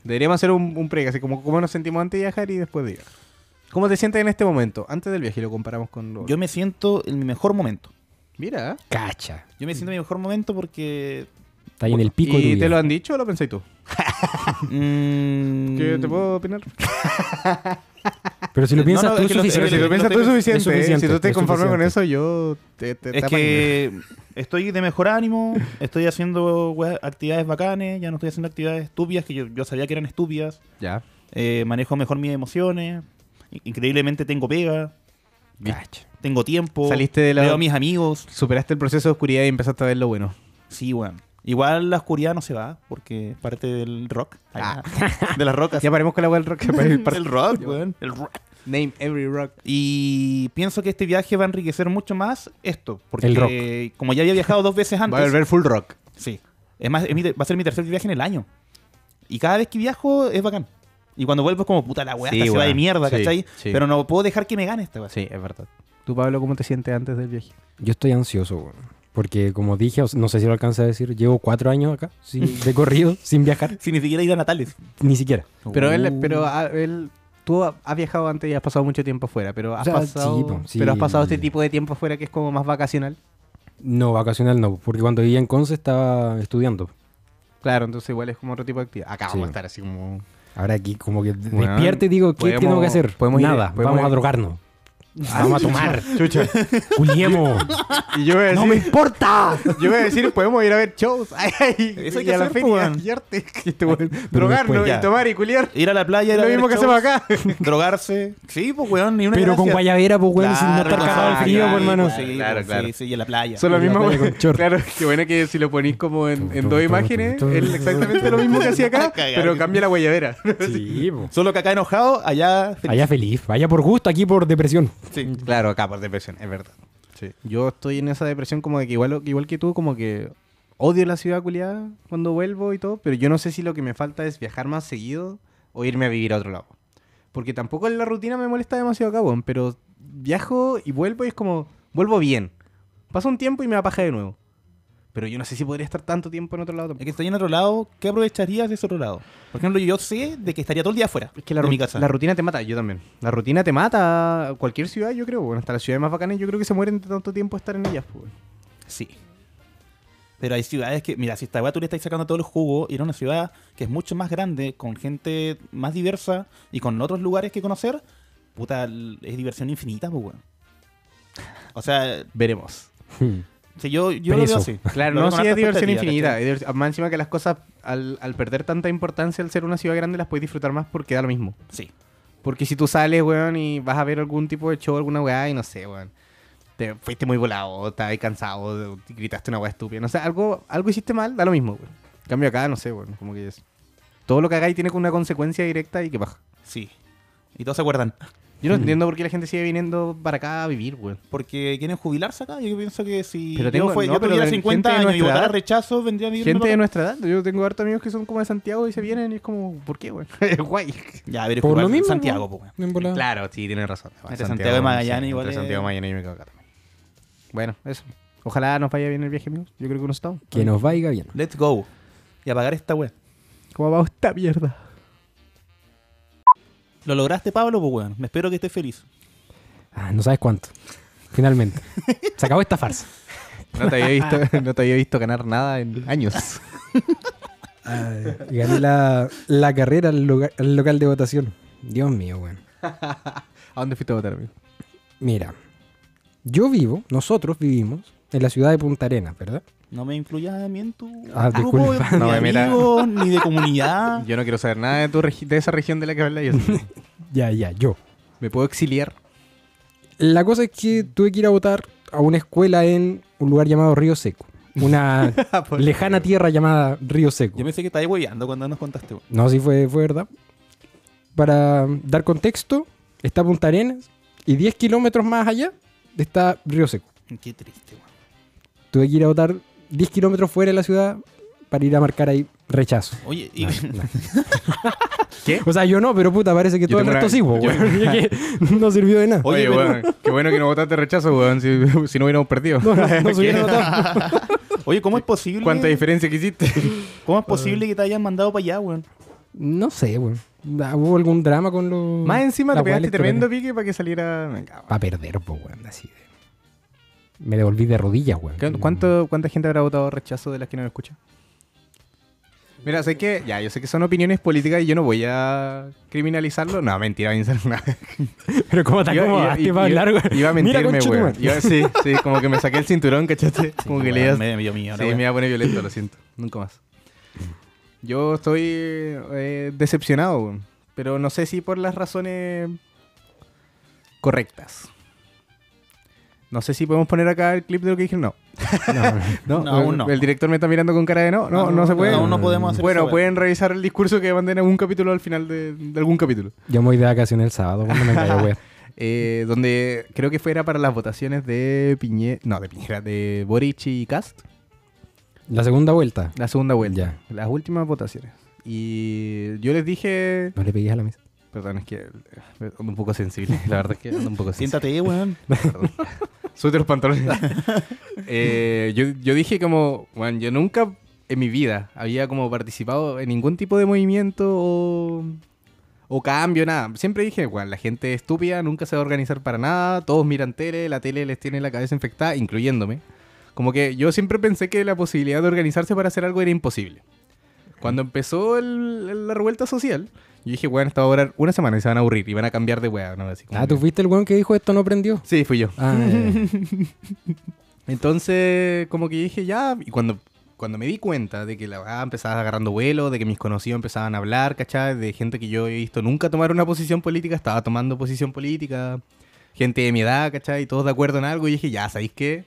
Speaker 3: Deberíamos hacer un, un previo, así como cómo nos sentimos antes de viajar y después de viajar. ¿Cómo te sientes en este momento? Antes del viaje y lo comparamos con lo...
Speaker 2: Yo me siento en mi mejor momento.
Speaker 3: Mira,
Speaker 1: Cacha.
Speaker 2: Yo me siento en mi mejor momento porque.
Speaker 1: Está ahí en el pico de tu
Speaker 3: ¿Y
Speaker 1: vida.
Speaker 3: te lo han dicho o lo pensáis tú?
Speaker 2: mm,
Speaker 3: ¿Qué te puedo opinar?
Speaker 1: Pero si lo
Speaker 2: No,
Speaker 1: piensas
Speaker 2: no,
Speaker 1: tú
Speaker 2: es
Speaker 1: es
Speaker 2: que lo-
Speaker 3: Pero
Speaker 1: suficiente.
Speaker 3: si lo
Speaker 2: no
Speaker 3: piensas
Speaker 2: te-
Speaker 3: tú es
Speaker 2: es
Speaker 3: suficiente. ¿eh?
Speaker 1: suficiente,
Speaker 3: Si tú te
Speaker 1: es
Speaker 3: conformes con eso,
Speaker 1: suficiente.
Speaker 3: yo te, te- te
Speaker 2: Es
Speaker 3: apaño.
Speaker 2: que estoy de mejor ánimo, estoy haciendo weas- actividades bacanes, ya no estoy haciendo actividades estúpidas que yo, yo sabía que eran estúpidas,
Speaker 3: Ya.
Speaker 2: eh, manejo mejor mis emociones, i- increíblemente tengo pega,
Speaker 1: Cacha.
Speaker 2: tengo tiempo,
Speaker 3: Saliste de la-
Speaker 2: veo a mis amigos,
Speaker 3: Superaste el proceso de oscuridad y empezaste a ver lo bueno.
Speaker 2: sí, weón. Igual la oscuridad no se va, porque es parte del rock,
Speaker 3: Ah.
Speaker 2: de las rocas.
Speaker 3: Ya paremos con la web rock. que pare- pare-
Speaker 2: el rock, weón. El rock.
Speaker 3: Name every rock.
Speaker 2: Y pienso que este viaje va a enriquecer mucho más esto, porque
Speaker 1: El rock.
Speaker 2: como ya había viajado dos veces antes,
Speaker 3: Va a volver full rock.
Speaker 2: Sí. Es más, es mi- va a ser mi tercer viaje en el año. Y cada vez que viajo es bacán. Y cuando vuelvo es como, puta la weá,
Speaker 3: Sí,
Speaker 2: esta ciudad
Speaker 3: weá.
Speaker 2: de mierda,
Speaker 3: Sí,
Speaker 2: ¿cachai?
Speaker 3: sí.
Speaker 2: Pero no puedo dejar que me gane esta weá.
Speaker 3: Sí, es verdad. ¿Tú, Pablo, cómo te sientes antes del viaje?
Speaker 1: Yo estoy ansioso, weón. Porque como dije, o sea, no sé si lo alcanza a decir, llevo cuatro años acá, sin, de corrido, sin viajar,
Speaker 2: Si ni siquiera ir a Natales.
Speaker 1: ni siquiera.
Speaker 3: Pero él,
Speaker 2: Uh.
Speaker 3: pero a- él, tú ha- has viajado antes y has pasado mucho tiempo afuera, pero has
Speaker 1: O sea,
Speaker 3: pasado,
Speaker 1: sí, po, sí.
Speaker 3: pero has pasado este tipo de tiempo afuera que es como más vacacional.
Speaker 1: No, vacacional no, porque cuando vivía en Conce estaba estudiando.
Speaker 3: Claro, entonces igual es como otro tipo de actividad. Acá
Speaker 1: Sí.
Speaker 3: vamos a estar así como
Speaker 1: Ahora aquí como que
Speaker 3: Weón,
Speaker 1: despierte y digo, ¿qué
Speaker 3: podemos-
Speaker 1: tengo que hacer?
Speaker 3: podemos ir-
Speaker 1: Nada,
Speaker 3: podemos
Speaker 1: vamos a
Speaker 3: ir- Ah,
Speaker 1: drogarnos. Vamos a tomar.
Speaker 3: chucha.
Speaker 1: Culiemos.
Speaker 3: Y yo voy a decir,
Speaker 1: ¡No me importa!
Speaker 3: yo voy a decir, podemos ir a ver shows. Ay, ay,
Speaker 2: Eso hay
Speaker 3: y
Speaker 2: que
Speaker 3: a la
Speaker 2: hacer,
Speaker 3: feria,
Speaker 2: po, weón.
Speaker 3: y arte, y tú, drogarnos
Speaker 1: después
Speaker 3: y
Speaker 2: ya.
Speaker 3: tomar y culiar.
Speaker 2: Ir a la playa, ir a
Speaker 3: Lo
Speaker 2: ver
Speaker 3: mismo que
Speaker 2: shows,
Speaker 3: hacemos acá.
Speaker 2: Drogarse. Sí, pues weón, ni una
Speaker 1: Pero con
Speaker 2: gracia.
Speaker 1: guayabera, pues, weón, sin no estar
Speaker 2: Claro,
Speaker 1: cagado al frío,
Speaker 2: sí,
Speaker 1: pues, hermano.
Speaker 2: pues, Sí,
Speaker 3: Claro,
Speaker 2: pues,
Speaker 3: claro.
Speaker 2: Sí, sí, y en la playa.
Speaker 3: Son lo
Speaker 1: En la
Speaker 3: mismo.
Speaker 1: playa con short.
Speaker 3: Claro, qué bueno que si lo ponís como en, en dos imágenes, es exactamente lo mismo que hacía acá,
Speaker 2: Cagar.
Speaker 3: pero cambia la guayabera.
Speaker 1: Sí, po.
Speaker 2: Solo que acá enojado, allá... pues, feliz.
Speaker 1: Allá feliz, allá por gusto, aquí por depresión.
Speaker 2: Sí.
Speaker 3: mm. Claro, acá por depresión, es verdad. Yo estoy en esa depresión como de que igual, igual que tú, como que odio la ciudad culiada cuando vuelvo y todo, pero yo no sé si lo que me falta es viajar más seguido o irme a vivir a otro lado. Porque tampoco la rutina me molesta demasiado acá, weón, pero viajo y vuelvo y es como, vuelvo bien. Pasa un tiempo y me apaja de nuevo. Pero yo no sé si podría estar tanto tiempo en otro lado
Speaker 2: Es
Speaker 3: tampoco.
Speaker 2: que estoy en otro lado, ¿qué aprovecharías de ese otro lado? Por ejemplo, yo sé de que estaría todo el día afuera.
Speaker 3: Es que la,
Speaker 2: de mi
Speaker 3: rut-
Speaker 2: casa.
Speaker 3: la rutina te mata, yo también. La rutina te mata. Cualquier ciudad, yo creo. Bueno, hasta las ciudades más bacanas, yo creo que se mueren de tanto tiempo estar en ellas. pues, weón.
Speaker 2: Sí. Pero hay ciudades que, mira, si esta weá tú le estás sacando todo el jugo, ir a una ciudad que es mucho más grande, con gente más diversa y con otros lugares que conocer, puta, l- es diversión infinita, pues, weón. O sea,
Speaker 3: Veremos.
Speaker 2: si yo, yo lo veo
Speaker 1: Preso.
Speaker 2: así.
Speaker 3: Claro,
Speaker 2: Lo veo
Speaker 3: no,
Speaker 2: con
Speaker 3: sí
Speaker 2: harta
Speaker 3: es diversión
Speaker 2: expectativa,
Speaker 3: infinita.
Speaker 2: ¿cachai?
Speaker 3: Es divers- Más encima que las cosas, al, al perder tanta importancia al ser una ciudad grande, las puedes disfrutar más porque da lo mismo.
Speaker 2: Sí.
Speaker 3: Porque si tú sales, weón, y vas a ver algún tipo de show, alguna weá, y no sé, weón. Te fuiste muy volado, estabas cansado, te gritaste una weá estúpida. No sé, algo, algo hiciste mal, da lo mismo, weón. En cambio acá, no sé, weón, como que es... Todo lo que hagáis tiene como una consecuencia directa y que baja.
Speaker 2: Sí. Y todos se acuerdan.
Speaker 3: Yo no entiendo por qué la gente sigue viniendo para acá a vivir, weón.
Speaker 2: Porque quieren jubilarse acá. Yo pienso que si
Speaker 3: Pero
Speaker 2: yo
Speaker 3: tengo-
Speaker 2: fue-
Speaker 3: no,
Speaker 2: yo,
Speaker 3: pero
Speaker 2: tuviera
Speaker 3: ven,
Speaker 2: 50
Speaker 3: gente de
Speaker 2: años y
Speaker 3: nuestra
Speaker 2: votara
Speaker 3: edad.
Speaker 2: rechazo, vendría a vivirme
Speaker 3: Gente de
Speaker 2: para acá.
Speaker 3: nuestra edad, yo tengo hartos amigos que son como de Santiago y se vienen y es como, ¿por qué, weón? Guay.
Speaker 2: Ya, a ver, es
Speaker 1: Por
Speaker 2: que
Speaker 1: lo
Speaker 2: igual
Speaker 1: mismo,
Speaker 2: Santiago, pues, weón.
Speaker 1: En volada.
Speaker 3: Claro, sí, tienes razón.
Speaker 2: Santiago de Magallanes igual
Speaker 3: Entre
Speaker 2: es-
Speaker 3: Santiago de Magallanes yo me quedo acá también. Bueno, eso. Ojalá nos vaya bien el viaje, amigos. Yo creo que uno está.
Speaker 1: Que nos vaya bien.
Speaker 2: Let's go. Y apagar esta weá.
Speaker 3: ¿Cómo va esta mierda?
Speaker 2: Lo lograste, Pablo, pues, weón. Me espero que estés feliz.
Speaker 1: Ah, no sabes cuánto. Finalmente. Se acabó esta farsa.
Speaker 3: No te había visto, no te había visto ganar nada en años.
Speaker 1: Gané la, la carrera al, loga- al local de votación. Dios mío, weón.
Speaker 3: ¿A dónde fuiste a votar, amigo?
Speaker 1: Mira, yo vivo, nosotros vivimos en la ciudad de Punta Arenas, ¿verdad?
Speaker 2: No me influyas a mí en tu
Speaker 1: Ah,
Speaker 2: grupo
Speaker 1: disculpa.
Speaker 2: de
Speaker 3: No,
Speaker 2: ni
Speaker 3: mira.
Speaker 2: amigos, ni de comunidad.
Speaker 3: Yo no quiero saber nada de, tu regi- de esa región de la que hablas. Yo
Speaker 1: Ya, ya, yo.
Speaker 3: me puedo exiliar.
Speaker 1: La cosa es
Speaker 3: Mm.
Speaker 1: que tuve que ir a votar a una escuela en un lugar llamado Río Seco. Una
Speaker 3: Ah, Por
Speaker 1: lejana tierra llamada Río Seco.
Speaker 2: Yo pensé que estabas hueveando cuando nos contaste. weón.
Speaker 1: No, sí fue, fue verdad. Para dar contexto, está Punta Arenas Y 10 kilómetros más allá está Río Seco.
Speaker 2: Qué triste, weón.
Speaker 1: Tuve que ir a votar 10 kilómetros fuera de la ciudad para ir a marcar ahí rechazo.
Speaker 2: Oye, y-
Speaker 3: ¿Qué?
Speaker 1: O sea, yo no, pero puta, parece que
Speaker 3: Yo
Speaker 1: todo el
Speaker 3: tengo
Speaker 1: resto
Speaker 3: una-
Speaker 1: sí, po,
Speaker 3: yo-
Speaker 1: weón. Ya que No sirvió de nada.
Speaker 3: Oye,
Speaker 2: Oye, pero-
Speaker 3: weón, qué bueno que no votaste rechazo, weón, si, si no hubiéramos perdido.
Speaker 1: No, no, no se hubiera notado.
Speaker 2: oye, ¿cómo es posible?
Speaker 3: ¿Cuánta diferencia que hiciste?
Speaker 2: ¿Cómo es posible que te hayan mandado para allá, weón?
Speaker 1: No sé, weón. Ah, Hubo algún drama con los.
Speaker 3: Más encima te
Speaker 1: la weá
Speaker 3: pegaste
Speaker 1: electoral.
Speaker 3: tremendo pique para que saliera... Me cago.
Speaker 1: Para perder, po, weón. Así de... Me devolví de rodillas, weón.
Speaker 3: ¿Qué- ¿Cuánto, ¿Cuánta gente habrá votado rechazo de las que no lo escucha? Mira, sé que, ya, yo sé que son opiniones políticas y yo no voy a criminalizarlo. No, mentira, voy a hacer una-
Speaker 1: Pero como te
Speaker 3: Iba- iba-
Speaker 1: acomodaste
Speaker 3: iba-
Speaker 1: para hablar, weón.
Speaker 3: Iba
Speaker 1: Mira,
Speaker 3: a mentirme,
Speaker 1: conchetumare.
Speaker 3: weón. Iba- Sí, sí, como que me saqué el cinturón, ¿cachaste? Como que le
Speaker 2: Weón,
Speaker 3: ibas-
Speaker 2: me- me dio miedo,
Speaker 3: Sí,
Speaker 2: weón.
Speaker 3: me iba a poner violento, lo siento. Nunca más. Yo estoy eh, decepcionado, weón. pero no sé si por las razones correctas. No sé si podemos poner acá el clip de lo que dije. No. No,
Speaker 2: No, aún no.
Speaker 3: El director me está mirando con cara de no. No, no, se puede.
Speaker 2: Aún no podemos hacer
Speaker 3: bueno,
Speaker 2: esa weá.
Speaker 3: pueden revisar el discurso que mandé en algún capítulo al final de, de algún capítulo.
Speaker 1: Yo me voy de vacaciones el sábado cuando me caiga, weón.
Speaker 3: Eh, donde creo que fuera para las votaciones de Piñera. No, de Piñera, de Boric y Cast.
Speaker 1: La segunda vuelta.
Speaker 3: La segunda vuelta.
Speaker 1: Ya.
Speaker 3: Las últimas votaciones. Y yo les dije.
Speaker 1: No le pegué a la mesa.
Speaker 3: Perdón, es que eh, ando un poco sensible. La verdad es que ando un poco sensible.
Speaker 2: Siéntate, weón.
Speaker 3: Perdón. Súbete los pantalones. Eh, yo, yo dije como, bueno, yo nunca en mi vida había como participado en ningún tipo de movimiento o, o cambio, nada. Siempre dije, bueno, la gente es estúpida, nunca se va a organizar para nada, todos miran tele, la tele les tiene la cabeza infectada, incluyéndome. Como que yo siempre pensé que la posibilidad de organizarse para hacer algo era imposible. Cuando empezó el- la revuelta social, yo dije, bueno, esta va a durar una semana y se van a aburrir y van a cambiar de weá. ¿no? Así como
Speaker 1: Ah, tú
Speaker 3: que-
Speaker 1: fuiste el weón que dijo esto no prendió.
Speaker 3: Sí, fui yo.
Speaker 1: Ah, ya, ya.
Speaker 3: Entonces, como que dije, ya, y cuando, cuando me di cuenta de que la verdad empezaba agarrando vuelo, de que mis conocidos empezaban a hablar, ¿cachai? De gente que yo he visto nunca tomar una posición política, estaba tomando posición política, gente de mi edad, ¿cachai? Y todos de acuerdo en algo, y dije, ya, ¿sabéis qué?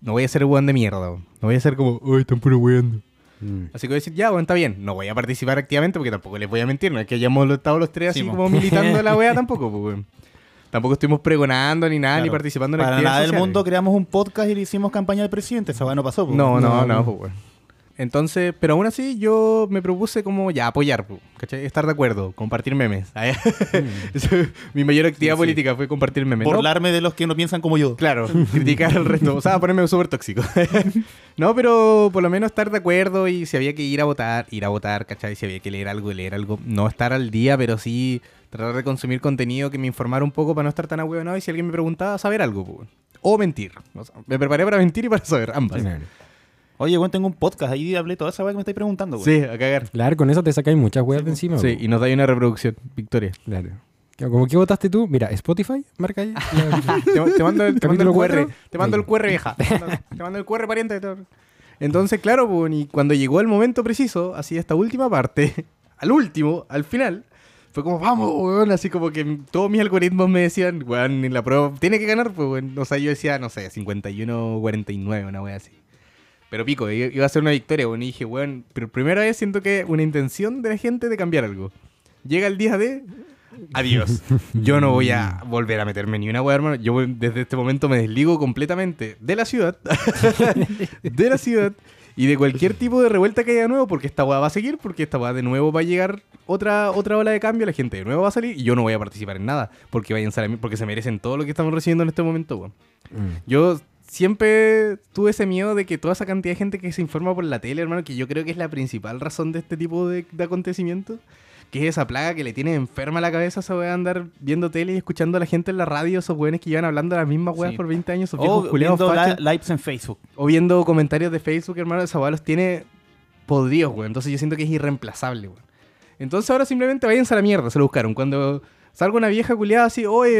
Speaker 3: No voy a ser weón de mierda, weón. no voy a ser como, uy, están puro weando.
Speaker 1: Mm.
Speaker 3: Así que voy a decir, ya, bueno, está bien, no voy a participar activamente porque tampoco les voy a mentir, no es que hayamos estado los tres así
Speaker 2: Sí, mo.
Speaker 3: como militando la wea tampoco, pues, weón. Tampoco estuvimos pregonando ni nada, ni
Speaker 2: Claro.
Speaker 3: participando en
Speaker 2: Para
Speaker 3: actividades
Speaker 2: nada del
Speaker 3: sociales.
Speaker 2: mundo creamos un podcast y le hicimos campaña al presidente. Esa weá no pasó, po.
Speaker 3: No, no,
Speaker 1: No,
Speaker 3: no,
Speaker 1: no.
Speaker 3: pues, weón. Entonces, pero aún así yo me propuse como ya apoyar, po, ¿cachai? Estar de acuerdo, compartir memes. Eso, Mi mayor actividad
Speaker 2: Sí, sí.
Speaker 3: política fue compartir memes. No,
Speaker 2: Burlarme de los que no piensan como yo.
Speaker 3: Claro, criticar al resto. O sea, ponerme súper tóxico. no, pero por lo menos estar de acuerdo y si había que ir a votar, ir a votar, ¿cachai? Si había que leer algo, leer algo. No estar al día, pero sí tratar de consumir contenido que me informara un poco para no estar tan ahueonado y si alguien me preguntaba, saber algo, po, weón. O mentir. O sea, me preparé para mentir y para saber ambas.
Speaker 2: Oye, weón, tengo un podcast. Ahí hablé toda esa weá que me estáis preguntando, weón.
Speaker 3: Sí, a cagar.
Speaker 1: Claro, con eso te sacáis muchas weas de encima.
Speaker 3: Sí,
Speaker 1: po.
Speaker 3: y nos da ahí una reproducción, Victoria.
Speaker 1: Claro. ¿Cómo que votaste tú? Mira, Spotify, marca ahí. La-
Speaker 3: Te, te mando el, te mando el
Speaker 1: Capítulo
Speaker 3: QR,
Speaker 1: cuatro.
Speaker 3: te mando el QR, vieja. Te mando- Te mando el QR, pariente. Entonces, claro, pues, y cuando llegó el momento preciso, así esta última parte, al último, al final, fue como, vamos, weón, así como que todos mis algoritmos me decían, weón, en la prueba tiene que ganar, pues, weón. O sea, yo decía, no sé, 51-49, una wea así. Pero pico, i- iba a ser una victoria, weón. Y dije, weón, pero primera vez siento que una intención de la gente de cambiar algo. Llega el día de. Adiós. Yo no voy a volver a meterme ni una weá, hermano. Yo voy- desde este momento me desligo completamente de la ciudad. de la ciudad. Y de cualquier tipo de revuelta que haya de nuevo, porque esta weá va a seguir, porque esta weá de nuevo va a llegar otra, otra ola de cambio, la gente de nuevo va a salir y yo no voy a participar en nada, porque vayan a porque se merecen todo lo que estamos recibiendo en este momento, weón.
Speaker 1: Mm.
Speaker 3: Yo siempre tuve ese miedo de que toda esa cantidad de gente que se informa por la tele, hermano, que yo creo que es la principal razón de este tipo de, de acontecimientos, que es esa plaga que le tiene enferma la cabeza a esa wea de andar viendo tele y escuchando a la gente en la radio, esos weones que llevan hablando las mismas weas
Speaker 2: Sí.
Speaker 3: por 20 años, esos
Speaker 2: O
Speaker 3: viejos culiados
Speaker 2: viendo la-
Speaker 3: fachos,
Speaker 2: lives en Facebook.
Speaker 3: o viendo comentarios de Facebook, hermano, esa wea los tiene podridos, weón. Entonces yo siento que es irreemplazable, weón. Entonces ahora simplemente váyanse a la mierda, se lo buscaron. Cuando salga una vieja culiada así, oye,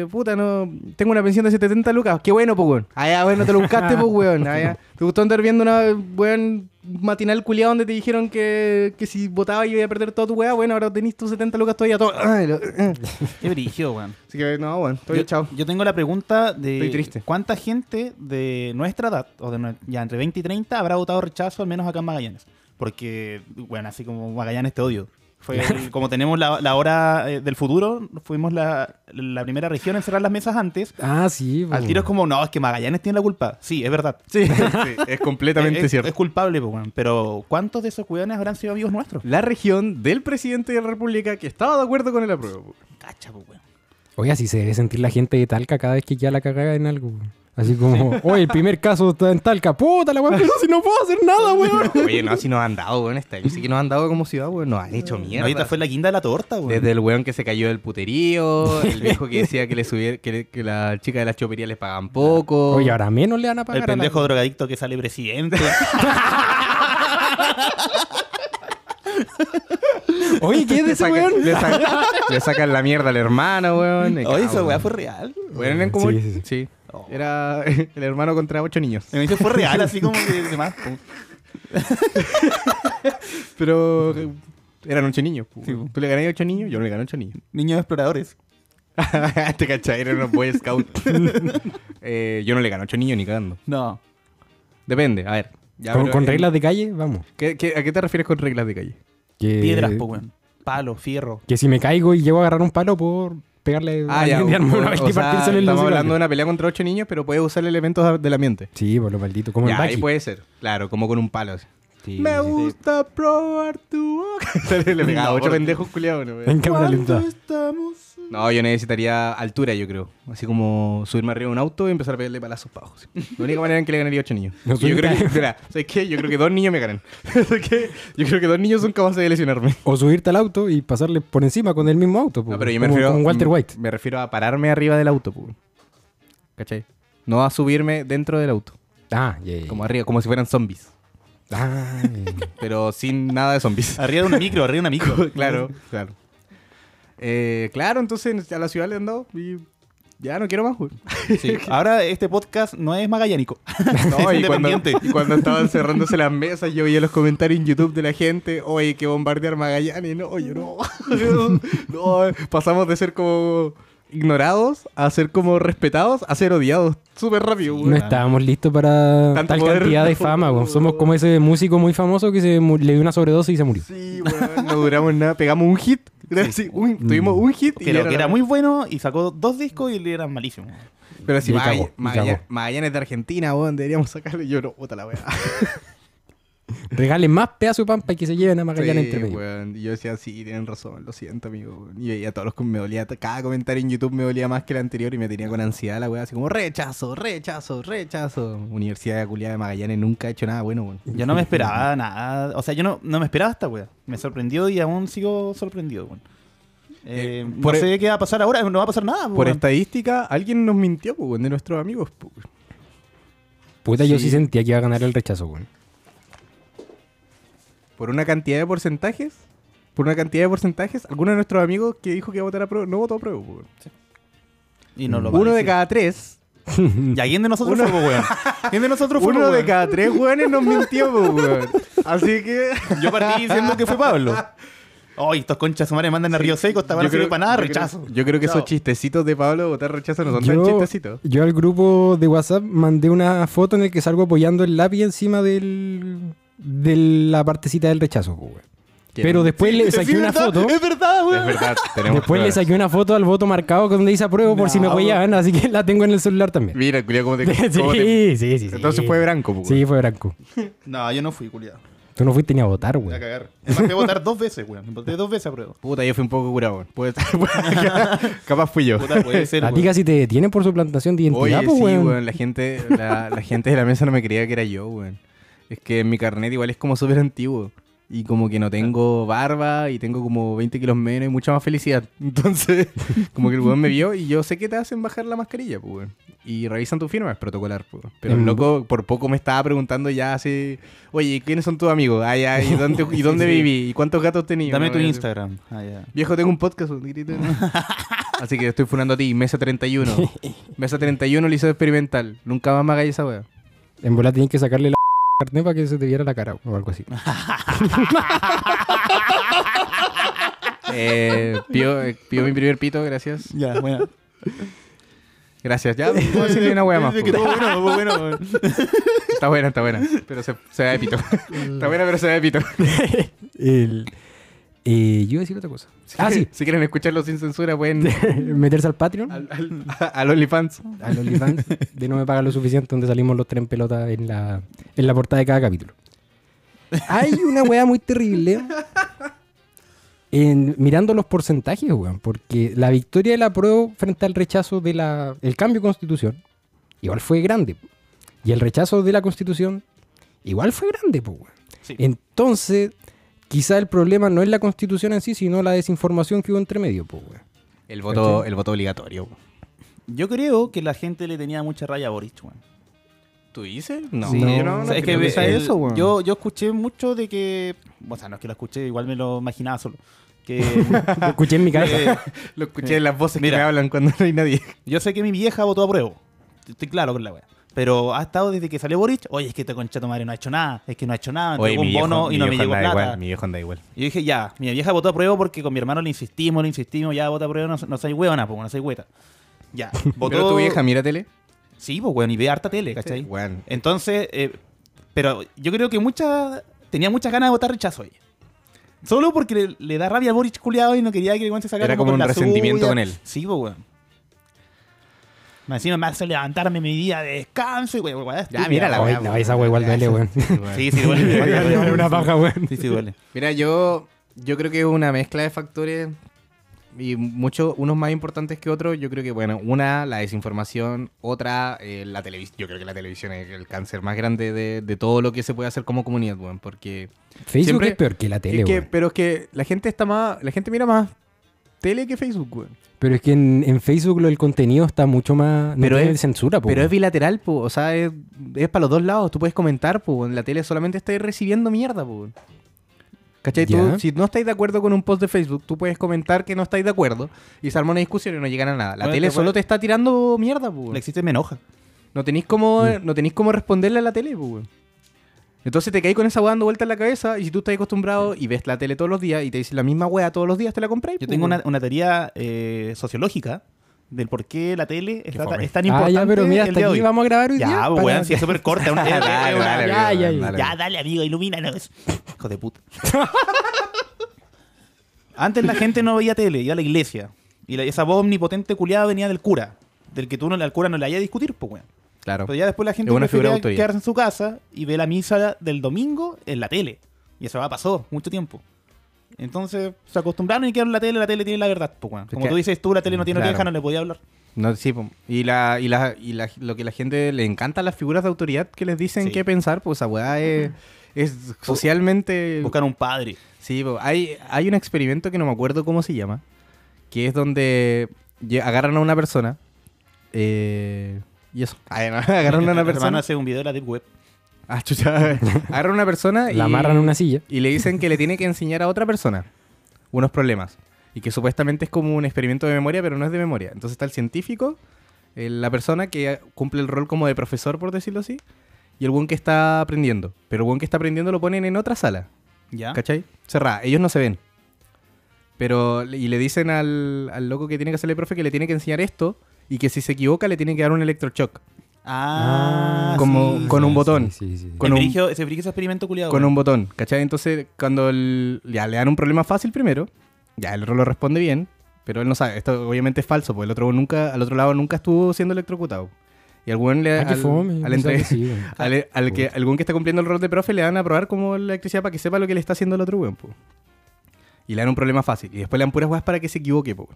Speaker 3: eh, puta, no, tengo una pensión de 70 lucas, qué bueno, pues, weón. Ah, ya, bueno, te lo buscaste, pues, weón. Ah, ya. Te gustó andar viendo una, weón, matinal culiada donde te dijeron que, que si votaba iba a perder toda tu weá, bueno, ahora tenés tus 70 lucas todavía, todo. Ay, lo- Así
Speaker 2: Qué brillo, weón.
Speaker 3: que, no, weón, estoy
Speaker 2: yo,
Speaker 3: chao.
Speaker 2: yo tengo la pregunta de
Speaker 3: Estoy triste.
Speaker 2: cuánta gente de nuestra edad, o de nue- ya entre 20 y 30, habrá votado rechazo, al menos acá en Magallanes. Porque, bueno, así como Magallanes te odio. Fue el- como tenemos la, la hora eh, del futuro, fuimos la, la primera región en cerrar las mesas antes.
Speaker 1: Ah, sí. po.
Speaker 2: Al tiro es como, no, es que Magallanes tiene la culpa. Sí, es verdad.
Speaker 3: Mm. Sí, sí, es completamente
Speaker 2: Es- es,
Speaker 3: cierto.
Speaker 2: Es culpable, po, weón. pero ¿cuántos de esos cuidados habrán sido amigos nuestros?
Speaker 3: La región del presidente de la República que estaba de acuerdo con el apruebo. po.
Speaker 2: Cacha,
Speaker 3: pues,
Speaker 2: po, weón.
Speaker 1: Oye, así se debe sentir la gente de Talca cada vez que ya la cagada en algo. po. Así como, oye, el primer caso está en Talca. Puta la weón, pero si no puedo hacer nada, weón.
Speaker 3: Oye, no, si nos han dado, weón, este año. Sí que nos han dado como ciudad, weón. Nos han hecho
Speaker 2: No,
Speaker 3: mierda.
Speaker 2: ahorita fue la guinda de la torta, weón.
Speaker 3: Desde el weón que se cayó del puterío, el viejo que decía que le subiera, que, le- que la chica de las choperías les pagan poco.
Speaker 1: Oye, ahora menos le van a pagar.
Speaker 2: El
Speaker 1: a la-
Speaker 2: pendejo drogadicto que sale presidente.
Speaker 1: Oye, ¿qué es de
Speaker 3: Le
Speaker 1: ese
Speaker 3: sacan-
Speaker 1: weón?
Speaker 3: Le, sacan- le sacan la mierda a la hermana, weón. Me
Speaker 2: Oye,
Speaker 3: cago,
Speaker 2: esa weá
Speaker 3: weón.
Speaker 2: fue real.
Speaker 3: Weón, eran como-
Speaker 1: Sí,
Speaker 3: Sí,
Speaker 1: sí, sí.
Speaker 2: Oh.
Speaker 3: Era el hermano contra ocho niños.
Speaker 2: Me dice, fue real, así como que demás. po.
Speaker 3: Pero eh, eran ocho niños. po.
Speaker 2: Sí, po.
Speaker 3: Tú le ganas a ocho niños, yo no le gané a ocho niños.
Speaker 2: Niños exploradores.
Speaker 3: Te cachai, eran unos boy scout. Eh, yo no le gano a ocho niños ni cagando.
Speaker 2: No.
Speaker 3: Depende, a ver. Ya,
Speaker 1: con
Speaker 3: pero,
Speaker 1: con
Speaker 3: eh,
Speaker 1: reglas de calle, vamos.
Speaker 3: ¿qué- qué- a qué te refieres con reglas de calle?
Speaker 1: Que-
Speaker 2: Piedras, po, weón. Palo, fierro.
Speaker 1: Que si me caigo y llego a agarrar un palo, puedo pegarle a alguien de arma
Speaker 3: o-
Speaker 1: una vez
Speaker 3: Ah, o
Speaker 1: y
Speaker 3: sea,
Speaker 1: partírselo en los
Speaker 3: estamos hablando
Speaker 1: cerebrales.
Speaker 3: de una pelea contra ocho niños, pero puedes usar elementos del ambiente.
Speaker 1: Sí, por lo maldito. Como
Speaker 3: Ya, pues,
Speaker 1: el
Speaker 3: ahí
Speaker 1: Baki.
Speaker 3: puede ser. Claro, como con un palo. así.
Speaker 1: Sí,
Speaker 3: Me
Speaker 1: sí, sí.
Speaker 3: gusta probar tu boca. Le pegaba
Speaker 2: No,
Speaker 3: ocho
Speaker 2: porque-
Speaker 3: pendejos culiados. No,
Speaker 1: En cámara lenta.
Speaker 2: estamos?
Speaker 3: No, yo necesitaría altura, yo creo. Así como subirme arriba de un auto y empezar a pegarle palazos para abajo. así. La única manera en que le ganaría ocho niños.
Speaker 1: No
Speaker 3: Y yo
Speaker 1: soy
Speaker 3: creo que,
Speaker 1: tan-
Speaker 3: espera, ¿sabes qué? Yo creo que dos niños me ganan. ¿Sabes qué? Yo creo que dos niños son capaces de lesionarme.
Speaker 1: O subirte al auto y pasarle por encima con el mismo auto. po,
Speaker 3: No, pero yo me
Speaker 1: como,
Speaker 3: refiero.
Speaker 1: como Walter White.
Speaker 3: Me refiero a pararme arriba del auto, pu. ¿Cachai? No a subirme dentro del auto.
Speaker 1: Ah, yeah, yeah.
Speaker 3: Como arriba, como si fueran zombies.
Speaker 1: Ah, yeah.
Speaker 3: Pero sin nada de zombies.
Speaker 2: Arriba de una micro, arriba de una micro.
Speaker 3: claro, claro. Eh, claro, entonces a la ciudad le han dado y. Ya no quiero más, pues. güey.
Speaker 2: Sí. Ahora este podcast no es magallánico.
Speaker 3: No,
Speaker 2: Es
Speaker 3: y, cuando,
Speaker 2: independiente.
Speaker 3: y cuando estaban cerrándose las mesas, yo veía los comentarios en YouTube de la gente, oye, que bombardear Magallanes, no, yo no. No, pasamos de ser como ignorados a ser como respetados a ser odiados súper rápido.
Speaker 1: No
Speaker 3: güey.
Speaker 1: estábamos listos para
Speaker 3: Tanto
Speaker 1: tal
Speaker 3: poder.
Speaker 1: cantidad de fama. po. Somos como ese músico muy famoso que se mu- le dio una sobredosis y se murió.
Speaker 3: Sí, güey, no duramos nada, pegamos un hit, sí, un- tuvimos un hit. y
Speaker 2: Pero que
Speaker 3: la-
Speaker 2: era muy bueno y sacó dos discos y le eran malísimos.
Speaker 3: Pero si
Speaker 1: Y
Speaker 3: Magall-
Speaker 1: cagó, y
Speaker 3: Magall-
Speaker 1: cagó.
Speaker 3: Magallanes de Argentina, güey, deberíamos sacarlo. Y Yo no, puta la weá.
Speaker 1: Regalen más pedazo de pampa y que se lleven a Magallanes
Speaker 3: Sí,
Speaker 1: entre medio.
Speaker 3: weón. Y yo decía, sí, tienen razón, lo siento, amigo. weón. Y veía todos los que me dolía, cada comentario en YouTube me dolía más que el anterior y me tenía con ansiedad la weá, así como rechazo, rechazo, rechazo. Universidad de Culiada de Magallanes nunca ha hecho nada bueno, weón.
Speaker 2: Yo no me esperaba nada. O sea, yo no, no me esperaba esta weá. Me sorprendió y aún sigo sorprendido, weón. Eh,
Speaker 3: Eh,
Speaker 2: no
Speaker 3: por-
Speaker 2: sé qué va a pasar ahora, no va a pasar nada.
Speaker 3: Por
Speaker 2: weón.
Speaker 3: estadística, alguien nos mintió, pues, weón, de nuestros amigos. pues.
Speaker 1: Puta, yo sí
Speaker 3: Sí.
Speaker 1: sentía que iba a ganar el rechazo, weón.
Speaker 3: Por una cantidad de porcentajes, por una cantidad de porcentajes, alguno de nuestros amigos que dijo que iba a votar a prueba, no votó a prueba, weón.
Speaker 2: Y no lo va a
Speaker 3: Uno de
Speaker 2: decir.
Speaker 3: cada tres
Speaker 2: ¿Y a quién de nosotros
Speaker 3: Uno-
Speaker 2: fue, weón? ¿Quién de nosotros fue,
Speaker 3: Uno de
Speaker 2: weón?
Speaker 3: cada tres weones nos mintió, pues, weón. Así que.
Speaker 2: Yo partí diciendo que fue Pablo. Ay, estos conchas sumares mandan a Río Seco, esta weá no sirve para nada,
Speaker 3: yo
Speaker 2: rechazo.
Speaker 3: creo- yo creo que
Speaker 2: Chao.
Speaker 3: esos chistecitos de Pablo votar rechazo no son tan
Speaker 1: Yo,
Speaker 3: chistecitos.
Speaker 1: yo al grupo de WhatsApp mandé una foto en la que salgo apoyando el lápiz encima del, de la partecita del rechazo, po, weón. Pero después le saqué una foto.
Speaker 2: Es verdad,
Speaker 3: Es
Speaker 2: weón.
Speaker 3: verdad, tenemos
Speaker 1: Después le
Speaker 3: pruebas.
Speaker 1: saqué una foto al voto marcado donde dice apruebo por si me
Speaker 2: No,
Speaker 1: huellaban, así que la tengo en el celular también.
Speaker 3: Mira, culiao, cómo te. cómo te-
Speaker 1: sí, sí, sí, sí.
Speaker 3: Entonces fue Branco, pues,
Speaker 1: Sí, fue Branco.
Speaker 2: No, yo no fui, culiado.
Speaker 1: Tú no fuiste ni a votar,
Speaker 2: Voy a
Speaker 1: weón.
Speaker 2: cagar. Me mandé a votar dos veces, weón. Me voté dos veces a prueba.
Speaker 3: Puta, yo fui un poco curado, weón. Puede ser- Capaz fui yo.
Speaker 2: Puta, puede ser,
Speaker 1: A ti
Speaker 2: weón.
Speaker 1: casi te detienen por suplantación de identidad,
Speaker 3: pues. Oye,
Speaker 1: po,
Speaker 3: sí,
Speaker 1: pues, weón.
Speaker 3: weón. La gente, la, la gente de la mesa no me creía que era yo, weón. Es que mi carnet igual es como súper antiguo. Y como que no tengo barba y tengo como 20 kilos menos y mucha más felicidad. Entonces, como que el weón me vio y yo sé que te hacen bajar la mascarilla, pues, weón. Y revisan tu firma, es protocolar, pues. Pero el
Speaker 1: Mm.
Speaker 3: loco por poco me estaba preguntando ya así, oye, ¿y ¿quiénes son tus amigos? Ay, ay, ¿y dónde, y dónde viví? ¿Y cuántos gatos tenías?
Speaker 2: Dame
Speaker 3: Una
Speaker 2: tu
Speaker 3: wea así.
Speaker 2: Instagram. Ah, ya.
Speaker 3: Viejo, tengo un podcast. un grito. Así que estoy funando a ti, Mesa 31. Mesa 31, Liceo Experimental. Nunca más me hagáis esa weá.
Speaker 1: En bola tienes que sacarle la carne para que se te viera la cara o algo así.
Speaker 3: Eh, pido, eh, pido mi primer pito, gracias.
Speaker 2: Ya, bueno.
Speaker 3: Gracias, ya. No voy a decirle una weá más. pues.
Speaker 2: Dice que
Speaker 3: po.
Speaker 2: estuvo bueno, estuvo bueno, weón.
Speaker 3: Está buena, está buena. Pero se, se da de pito. Está buena, pero se da de pito.
Speaker 1: El- Eh, yo iba a decir otra cosa. Ah, sí.
Speaker 3: Si quieren escucharlo sin censura, pueden
Speaker 1: Meterse al Patreon, al,
Speaker 3: al, al, al OnlyFans.
Speaker 1: OnlyFans, de no me pagan lo suficiente, donde salimos los tres en pelota en la, en la portada de cada capítulo. Hay una weá muy terrible en, mirando los porcentajes, weón, porque la victoria de la prueba frente al rechazo del el cambio de constitución igual fue grande. Y el rechazo de la constitución igual fue grande, pues, weón.
Speaker 2: Sí.
Speaker 1: Entonces, quizá el problema no es la constitución en sí, sino la desinformación que hubo entre medio, pues, weón.
Speaker 3: El voto,
Speaker 1: ¿Cachai?
Speaker 3: el voto obligatorio.
Speaker 2: Yo creo que la gente le tenía mucha raya a Boric, weón.
Speaker 3: ¿Tú dices? No.
Speaker 1: Sí,
Speaker 3: yo
Speaker 1: o
Speaker 3: no,
Speaker 1: sea,
Speaker 3: no
Speaker 2: es que,
Speaker 3: creo
Speaker 2: ve-
Speaker 4: sea
Speaker 2: el-
Speaker 4: eso, weón.
Speaker 2: Yo, yo escuché mucho de que. O sea, no es que lo escuché, igual me lo imaginaba solo. Que.
Speaker 1: Lo Ah, escuché
Speaker 3: Eh,
Speaker 1: en mi cabeza.
Speaker 2: que-
Speaker 3: Lo escuché en las voces
Speaker 2: Mira.
Speaker 3: que me hablan cuando no hay nadie.
Speaker 2: yo sé que mi vieja votó a prueba. Estoy claro con la weá. Pero ha estado desde que salió Boric. Oye, es que esta concha de tu madre no ha hecho nada. Es que no ha hecho nada. Entregó Ah, un bono y no me llegó plata.
Speaker 3: igual. Mi viejo anda igual.
Speaker 2: Y yo dije, ya, mi vieja votó a prueba porque con mi hermano le insistimos, le insistimos, ya vota a prueba, no, no soy hueona, pues, no soy hueta. Ya, votó.
Speaker 3: Pero tu vieja mira tele.
Speaker 2: Sí, pues, weón, y ve harta tele, ¿cachai?
Speaker 3: Weón.
Speaker 2: Entonces, eh, pero yo creo que mucha, tenía muchas ganas de votar rechazo ella. Solo porque le, le da rabia a Boric culiado y no quería que el weón se sacara
Speaker 3: Era como
Speaker 2: con
Speaker 3: un
Speaker 2: la
Speaker 3: resentimiento
Speaker 2: suya.
Speaker 3: con él.
Speaker 2: Sí, pues, weón. Más Encima me hace levantarme mi día de descanso y weón, weón,
Speaker 3: Ya, mira la
Speaker 1: Ay,
Speaker 3: weá,
Speaker 1: no,
Speaker 3: weón.
Speaker 1: esa weá igual duele, weón.
Speaker 2: Sí, sí, duele. duele, duele, duele.
Speaker 1: Una paja, weón.
Speaker 2: Sí, sí, duele.
Speaker 3: Mira, yo, yo creo que es una mezcla de factores y muchos, unos más importantes que otros. Yo creo que, bueno, una, la desinformación, otra, eh, la televisión. Yo creo que la televisión es el cáncer más grande de, de todo lo que se puede hacer como comunidad, weón, porque...
Speaker 1: Facebook
Speaker 3: Siempre-
Speaker 1: es peor que la tele,
Speaker 3: Es que-
Speaker 1: weón.
Speaker 3: pero es que la gente está más, la gente mira más tele que Facebook, weón.
Speaker 1: Pero es que en, en Facebook lo, el contenido está mucho más. No
Speaker 3: Pero
Speaker 1: tiene
Speaker 3: es-
Speaker 1: censura, po,
Speaker 3: Pero es
Speaker 1: weón.
Speaker 3: bilateral, po. o sea, es, es para los dos lados. Tú puedes comentar, po. en la tele solamente estás recibiendo mierda. Po. ¿Cachai? Tú,
Speaker 1: Ya.
Speaker 3: si no estáis de acuerdo con un post de Facebook, tú puedes comentar que no estáis de acuerdo y se arma una discusión y no llegan a nada. La
Speaker 2: Bueno,
Speaker 3: tele
Speaker 2: te
Speaker 3: solo
Speaker 2: puede-
Speaker 3: te está tirando mierda. Po.
Speaker 2: Le existe me enoja.
Speaker 3: No tenéis cómo, no tenéis cómo responderle a la tele. Po. Entonces te caes con esa weá dando vuelta en la cabeza y si tú estás acostumbrado y ves la tele todos los días y te dicen la misma weá todos los días, te la compráis.
Speaker 2: Yo
Speaker 3: po,
Speaker 2: tengo
Speaker 3: weón.
Speaker 2: una, una teoría eh, sociológica del por qué la tele es, ta-
Speaker 3: fome.
Speaker 2: es tan
Speaker 1: Ah,
Speaker 2: importante.
Speaker 1: ya, pero mira,
Speaker 2: el
Speaker 1: hasta
Speaker 2: día de
Speaker 1: aquí
Speaker 2: hoy.
Speaker 1: vamos a grabar hoy
Speaker 2: ya,
Speaker 1: día.
Speaker 2: pues,
Speaker 1: para-
Speaker 2: weón, si es súper corta. una-
Speaker 3: Dale, dale, dale,
Speaker 1: Ya, ya,
Speaker 3: weón,
Speaker 1: ya.
Speaker 3: dale,
Speaker 2: Ya,
Speaker 3: weón.
Speaker 2: dale, amigo, ilumínanos. Hijo de puta. Antes la gente no veía tele, iba a la iglesia. Y la- esa voz omnipotente culiada venía del cura. Del que tú no, al cura no le hayas a discutir, pues, weón.
Speaker 3: Claro.
Speaker 2: Pero ya después la gente
Speaker 3: Es una figura
Speaker 2: prefería
Speaker 3: de autoridad.
Speaker 2: quedarse en su casa y ve la misa del domingo en la tele. Y eso ya pasó mucho tiempo. Entonces se acostumbraron y quedaron en la tele, la tele tiene la verdad. pues, weón. Como
Speaker 3: que-
Speaker 2: tú dices, tú la tele no tiene
Speaker 3: Claro.
Speaker 2: oreja, no le podía hablar.
Speaker 3: No, sí, po. y, la, y, la, y la- lo que la gente le encanta a las figuras de autoridad que les dicen
Speaker 2: Sí.
Speaker 3: qué pensar, pues esa weá es, es socialmente...
Speaker 2: Buscar un padre.
Speaker 3: Sí, po. hay, hay un experimento que no me acuerdo cómo se llama, que es donde lle- agarran a una persona eh, y eso. Ay, no, agarran a una
Speaker 2: Mi hermano
Speaker 3: persona...
Speaker 2: hace un video de la Deep Web.
Speaker 3: Ah, chucha. Agarran a una persona y...
Speaker 1: La amarran a una silla.
Speaker 3: Y le dicen que le tiene que enseñar a otra persona unos problemas. Y que supuestamente es como un experimento de memoria, pero no es de memoria. Entonces está el científico, eh, la persona que cumple el rol como de profesor, por decirlo así, y el buen que está aprendiendo. Pero el buen que está aprendiendo lo ponen en otra sala,
Speaker 2: ¿Ya?
Speaker 3: ¿cachai? Cerrada, ellos no se ven. Pero, y le dicen al, al loco que tiene que hacerle profe que le tiene que enseñar esto y que si se equivoca le tiene que dar un electrochoc.
Speaker 2: Ah,
Speaker 3: Como-
Speaker 2: sí.
Speaker 3: con un botón.
Speaker 1: Sí, sí, sí.
Speaker 3: con
Speaker 2: Se
Speaker 3: un-
Speaker 2: brigio- se brigio ese experimento culiado.
Speaker 3: con un botón, ¿cachai? Entonces, cuando el- ya le dan un problema fácil primero, ya el rolo responde bien, pero él no sabe. Esto obviamente es falso, porque el otro nunca, al otro lado nunca estuvo siendo electrocutado. Y algún le
Speaker 1: Ah, qué
Speaker 3: al,
Speaker 1: fome,
Speaker 3: al
Speaker 1: pensaba
Speaker 3: entre-
Speaker 1: que sí, weón.
Speaker 3: al- al que algún que está cumpliendo el rol de profe le dan a probar como la electricidad para que sepa lo que le está haciendo el otro weón, po. Y le dan un problema fácil. Y después le dan puras weas para que se equivoque, po.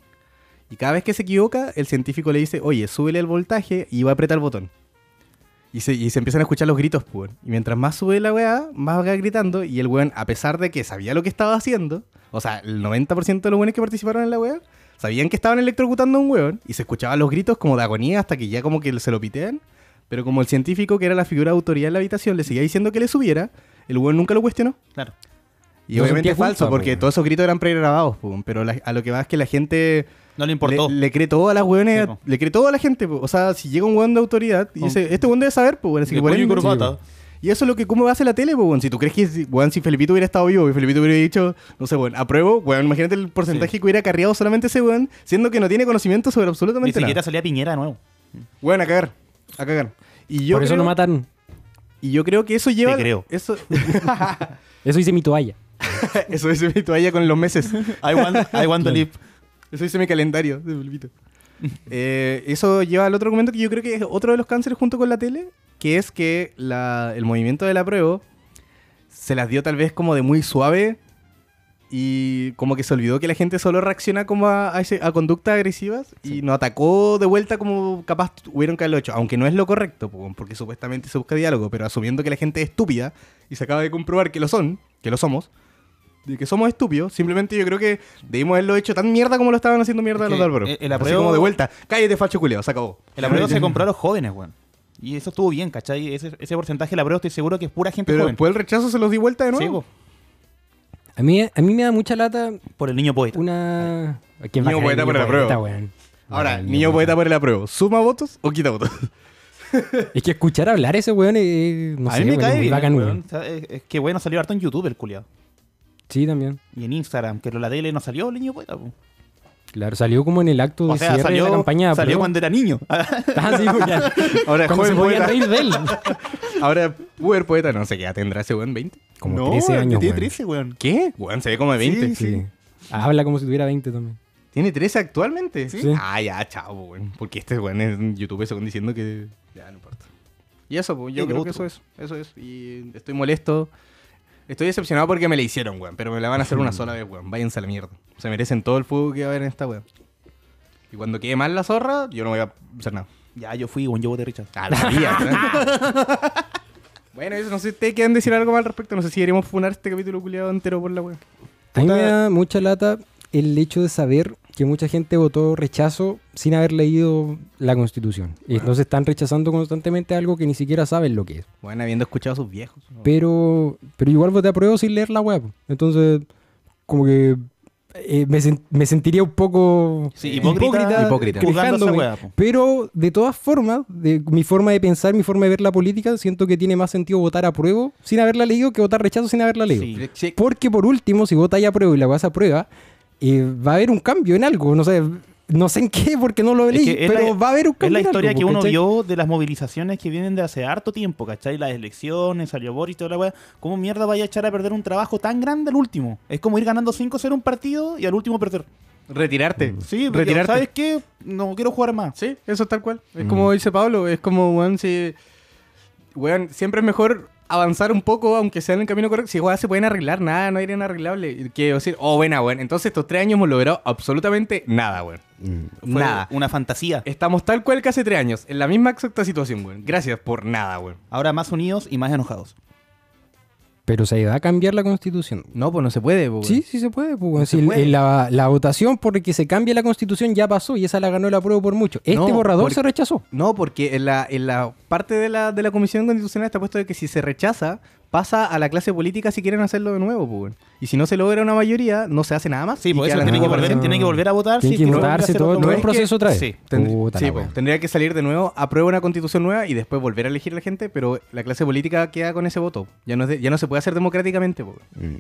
Speaker 3: Y cada vez que se equivoca, el científico le dice, oye, súbele el voltaje y va a apretar el botón. Y se, y se empiezan a escuchar los gritos, po. weón. Y mientras más sube la weá, más va gritando. Y el weón, a pesar de que sabía lo que estaba haciendo, o sea, el 90% de los weones que participaron en la weá, sabían que estaban electrocutando a un weón. Y se escuchaban los gritos como de agonía hasta que ya como que se lo pitean. Pero como el científico, que era la figura de autoridad en la habitación, le seguía diciendo que le subiera, el weón nunca lo cuestionó.
Speaker 2: Claro.
Speaker 3: Y
Speaker 1: No
Speaker 3: obviamente
Speaker 1: sentía
Speaker 3: es falso,
Speaker 1: culpa,
Speaker 3: porque
Speaker 1: po, weón.
Speaker 3: todos esos gritos eran pregrabados, po, pero la- a lo que va es que la gente
Speaker 2: No le
Speaker 3: le,
Speaker 2: importó.
Speaker 3: le cree todo a las
Speaker 2: Sí,
Speaker 3: weones,
Speaker 2: po.
Speaker 3: le cree todo a la gente. po. O sea, si llega un weón de autoridad y
Speaker 2: Con-
Speaker 3: dice, este weón debe saber, pues, así
Speaker 2: De
Speaker 3: que por
Speaker 2: cuello y
Speaker 3: ende-
Speaker 2: corbata.
Speaker 3: Y eso es lo que cómo hace la tele, po, weón. Si tú crees que, si- weón, si Felipito hubiera estado vivo y Felipito hubiera dicho, no sé, weón, apruebo, weón, imagínate el porcentaje
Speaker 2: Sí.
Speaker 3: que hubiera carreado solamente ese weón, siendo que no tiene conocimiento sobre
Speaker 2: Ni
Speaker 3: absolutamente
Speaker 2: siquiera
Speaker 3: nada.
Speaker 2: salía Piñera de nuevo.
Speaker 3: Weón, a cagar, a cagar. Y yo
Speaker 1: Por eso
Speaker 3: creo-
Speaker 1: lo mataron.
Speaker 3: Y yo creo que eso lleva.
Speaker 2: creo.
Speaker 3: Eso,
Speaker 1: Eso hice mi toalla.
Speaker 3: eso dice mi toalla con los meses.
Speaker 2: I want, I want
Speaker 1: Claro.
Speaker 2: to live.
Speaker 3: Eso dice mi calendario de Bulbito. Eh, eso lleva al otro argumento que yo creo que es otro de los cánceres junto con la tele, que es que la- el movimiento del apruebo se las dio tal vez como de muy suave y como que se olvidó que la gente solo reacciona como a, a ese- a conductas agresivas y no atacó de vuelta como capaz hubieron que haberlo hecho, aunque no es lo correcto, po, porque supuestamente se busca diálogo, pero asumiendo que la gente es estúpida y se acaba de comprobar que lo son, que lo somos, de que somos estúpidos, simplemente yo creo que debimos haberlo hecho tan mierda como lo estaban haciendo mierda
Speaker 2: Es
Speaker 3: los
Speaker 2: que
Speaker 3: Álvaro.
Speaker 2: el- el
Speaker 3: Así
Speaker 2: apruebo-
Speaker 3: como de vuelta, cállate facho culiao, se acabó.
Speaker 2: El apruebo se compró a los jóvenes, weón. Y eso estuvo bien, ¿cachai? Ese, ese porcentaje del apruebo estoy seguro que es pura gente
Speaker 3: Pero
Speaker 2: joven.
Speaker 3: después el rechazo se los di vuelta de
Speaker 2: Sí,
Speaker 3: nuevo.
Speaker 2: po,
Speaker 1: A mí, a mí me da mucha lata
Speaker 2: por el niño poeta.
Speaker 1: una... ¿Quién
Speaker 3: Niño
Speaker 1: va a
Speaker 3: poeta
Speaker 1: creer
Speaker 3: por el
Speaker 1: niño
Speaker 3: apruebo.
Speaker 1: poeta, weón?
Speaker 3: Ahora,
Speaker 1: Ay,
Speaker 3: niño poeta por el apruebo, ¿suma votos o quita votos?
Speaker 1: Es que escuchar hablar ese weón eh, no
Speaker 2: a
Speaker 1: sé,
Speaker 2: mí me
Speaker 1: weón, es
Speaker 2: cae
Speaker 1: muy
Speaker 2: bien.
Speaker 1: bacán,
Speaker 2: weón.
Speaker 1: weón.
Speaker 2: O sea, es, es que bueno, salió harto en YouTube el culiado.
Speaker 1: Sí, también.
Speaker 2: Y en Instagram, que la tele no salió el niño poeta. po.
Speaker 1: Claro, salió como en el acto de
Speaker 2: O sea,
Speaker 1: cierre
Speaker 2: salió,
Speaker 1: de la campaña.
Speaker 2: salió
Speaker 1: pero-
Speaker 2: cuando era niño.
Speaker 1: Ah, sí, pues, ya.
Speaker 3: Ahora,
Speaker 1: Cuando se podían
Speaker 3: joven poeta.
Speaker 1: reír de él.
Speaker 3: Ahora, puber poeta, no sé qué edad tendrá ese weón, 20.
Speaker 1: Como
Speaker 3: no,
Speaker 1: 13 años,
Speaker 3: Tiene
Speaker 1: weón.
Speaker 3: 13, weón. ¿Qué? Weón, se ve como de 20.
Speaker 1: Sí. Habla como si tuviera 20 también.
Speaker 3: ¿Tiene 13 actualmente?
Speaker 1: Sí.
Speaker 3: Ah, ya, chao, weón. Porque este weón en YouTube según diciendo que. Ya, no importa. Y eso, pues, yo
Speaker 2: Y lo
Speaker 3: creo que eso
Speaker 2: otro.
Speaker 3: es. Eso es. Y estoy molesto. Estoy decepcionado porque me la hicieron, weón. Pero me la van a hacer una sola vez, weón. Váyanse a la mierda. Se merecen todo el fuego que va a haber en esta weón. Y cuando quede mal la zorra, yo no voy a hacer nada.
Speaker 2: ya, yo fui, weón, yo voté Richard.
Speaker 3: A la vida, weón. Bueno, eso, no sé si ustedes quieren decir algo más al respecto. No sé si queremos funar este capítulo culiado entero por la weón.
Speaker 1: A mí me
Speaker 2: Puta-
Speaker 1: da mucha lata el hecho de saber que mucha gente votó rechazo sin haber leído la constitución. Y entonces están rechazando constantemente algo que ni siquiera saben lo que es.
Speaker 3: Bueno, habiendo escuchado a sus viejos. ¿no?
Speaker 1: Pero, pero igual voté a prueba sin leer la web. Entonces, como que eh, me, sen- me sentiría un poco
Speaker 2: Sí,
Speaker 1: hipócrita,
Speaker 2: hipócrita.
Speaker 3: hipócrita.
Speaker 2: juzgando esa
Speaker 1: quejándome.
Speaker 2: weá, po.
Speaker 1: Pero de todas formas, de mi forma de pensar, mi forma de ver la política, siento que tiene más sentido votar a prueba sin haberla leído que votar rechazo sin haberla leído.
Speaker 2: Sí.
Speaker 3: Sí,
Speaker 1: Porque por último, si votáis a prueba y la vas a prueba, eh, va a haber un cambio en algo. No sé, no sé en qué, porque no lo
Speaker 2: Es
Speaker 1: leí,
Speaker 2: que es
Speaker 1: pero
Speaker 2: la-
Speaker 1: va a haber un
Speaker 2: Es
Speaker 1: cambio.
Speaker 2: la
Speaker 1: en algo,
Speaker 2: historia que uno
Speaker 1: ¿cachai?
Speaker 2: vio de las movilizaciones que vienen de hace harto tiempo, ¿cachai? Las elecciones, salió Boris, toda la weá. ¿Cómo mierda vaya a echar a perder un trabajo tan grande al último? Es como ir ganando 5-0 un partido y al último perder.
Speaker 3: Retirarte.
Speaker 2: Sí, porque,
Speaker 3: retirarte.
Speaker 2: ¿sabes qué? No quiero jugar más.
Speaker 3: Sí, eso es tal cual. Es como dice Pablo, es como, weón, si... Weón, siempre es mejor avanzar un poco, aunque sea en el camino correcto. Si, weón, se pueden arreglar, nada, no hay inarreglable. Que decir, oh, buena, weón. Entonces estos tres años hemos logrado absolutamente nada, weón.
Speaker 1: Mm.
Speaker 2: Fue
Speaker 3: Nada.
Speaker 2: Una fantasía.
Speaker 3: Estamos tal cual que hace tres años, en la misma exacta situación, weón. Gracias por nada, weón.
Speaker 2: Ahora más unidos y más enojados.
Speaker 1: Pero se va a cambiar la constitución.
Speaker 3: No, pues no se puede, weón.
Speaker 1: Sí, sí se puede. pues, weón.
Speaker 3: se
Speaker 1: Si
Speaker 3: puede.
Speaker 1: La, la votación por que se cambie la constitución ya pasó y esa la ganó la prueba por mucho. Este
Speaker 3: No,
Speaker 1: borrador
Speaker 3: porque-
Speaker 1: se rechazó.
Speaker 3: No, porque en la, en la parte de la, de la Comisión Constitucional está puesto de que si se rechaza, pasa a la clase política si quieren hacerlo de nuevo, pues. weón. Y si no se logra una mayoría, no se hace nada más.
Speaker 2: Sí,
Speaker 3: y
Speaker 1: pues,
Speaker 2: por
Speaker 3: queda
Speaker 2: eso
Speaker 3: la
Speaker 2: tienen que,
Speaker 1: nueva
Speaker 3: misma
Speaker 2: volver,
Speaker 1: persona.
Speaker 2: tienen Ah, que volver a votar.
Speaker 1: Tienen
Speaker 2: si es
Speaker 1: que
Speaker 2: no vuelven a
Speaker 1: votarse
Speaker 2: hacer
Speaker 1: todo,
Speaker 2: otro
Speaker 1: no es un
Speaker 2: voto.
Speaker 1: proceso otra vez.
Speaker 2: Sí.
Speaker 3: Tendr-
Speaker 1: Puta
Speaker 3: sí,
Speaker 1: la
Speaker 3: po,
Speaker 1: wea.
Speaker 3: tendría que salir de nuevo, aprueba una constitución nueva y después volver a elegir la gente, pero la clase política queda con ese voto. Ya no, es de- ya no se puede hacer democráticamente. pues, po.
Speaker 1: Mm.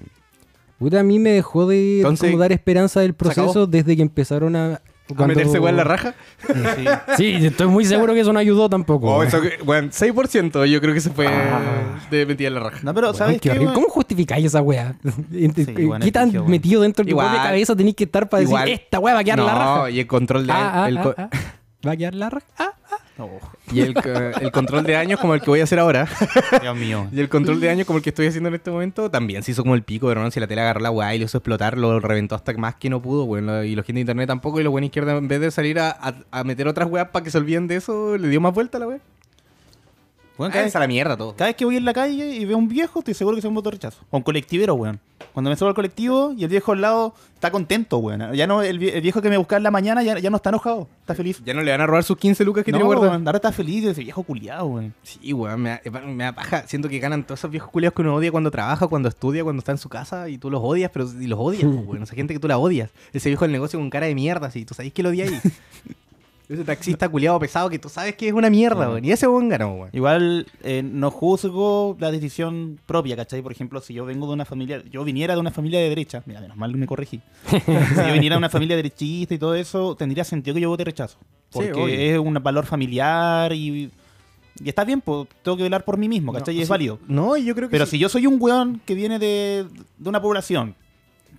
Speaker 1: Puta, a mí me dejó de
Speaker 3: Entonces,
Speaker 1: como dar esperanza del
Speaker 3: acabó.
Speaker 1: proceso desde que empezaron a...
Speaker 3: ¿A
Speaker 1: cuando-
Speaker 3: meterse weón, en la raja?
Speaker 2: Sí.
Speaker 1: Sí, estoy muy seguro que eso no ayudó tampoco.
Speaker 3: Oh,
Speaker 1: weón.
Speaker 3: eso que- weón, 6% yo creo que se fue de metida en la raja.
Speaker 2: No, pero
Speaker 1: Weón,
Speaker 2: ¿sabes
Speaker 1: qué
Speaker 2: qué?
Speaker 1: horrible.
Speaker 2: weón?
Speaker 1: ¿Cómo justificáis esa weá? Ente-
Speaker 2: Sí, weón,
Speaker 1: ¿Qué
Speaker 2: es
Speaker 1: tan
Speaker 2: brígido, weón.
Speaker 1: metido dentro de tu
Speaker 3: Igual-
Speaker 1: propia cabeza tenéis que estar para decir,
Speaker 3: igual-
Speaker 1: esta weá va a quedar la raja?
Speaker 3: No, y el control de...
Speaker 1: Ah, ah,
Speaker 3: el co-
Speaker 1: ah, ah. ¿Va a quedar la raja? Ah.
Speaker 2: Oh,
Speaker 3: Y el, eh, el control de años como el que voy a hacer ahora.
Speaker 2: Dios mío.
Speaker 3: Y el control
Speaker 2: Mm.
Speaker 3: de daño como el que estoy haciendo en este momento también se hizo como el pico, pero no, si la tele agarró la weá y lo hizo explotar, lo reventó hasta más que no pudo, weón. Lo- Y los gente de internet tampoco, y los buenos izquierda, en vez de salir a, a- a meter otras weas para que se olviden de eso, le dio más vuelta a la weá.
Speaker 2: Weón,
Speaker 3: Cállate a la mierda todo.
Speaker 2: Cada vez que voy en la calle y veo a un viejo, estoy seguro que es un voto de rechazo. O un colectivero, weón. Cuando me subo al colectivo y el viejo al lado está contento, weón. Ya no, el, vie- el viejo que me buscaba en la mañana ya, ya no está enojado, está feliz.
Speaker 3: Ya no le van a robar sus 15 lucas que
Speaker 2: No,
Speaker 3: tiene guardado.
Speaker 2: weón, ahora está feliz ese viejo culiado, weón.
Speaker 3: Sí, weón, me da, eh, me da paja. Siento que ganan todos esos viejos culiados que uno odia cuando trabaja, cuando estudia, cuando está en su casa y tú los odias, pero y los odias, pues, weón. Esa gente que tú la odias. Ese viejo del negocio con cara de mierda, sí. Tú sabes que lo odia ahí. Ese taxista culiado pesado que tú sabes que es una mierda, weón. Y ese weón ganó, weón.
Speaker 2: Igual eh, no juzgo la decisión propia, ¿cachai? Por ejemplo, si yo vengo de una familia, yo viniera de una familia de derecha, mira, menos mal me corregí. si yo viniera de una familia derechista y todo eso, tendría sentido que yo vote rechazo.
Speaker 3: Sí,
Speaker 2: Porque
Speaker 3: obvio.
Speaker 2: es un valor familiar y Y está bien, pues tengo que velar por mí mismo, ¿cachai?
Speaker 3: No,
Speaker 2: y es
Speaker 3: sí.
Speaker 2: válido.
Speaker 3: No, yo creo que
Speaker 2: Pero
Speaker 3: sí.
Speaker 2: si yo soy un weón que viene de, de una población,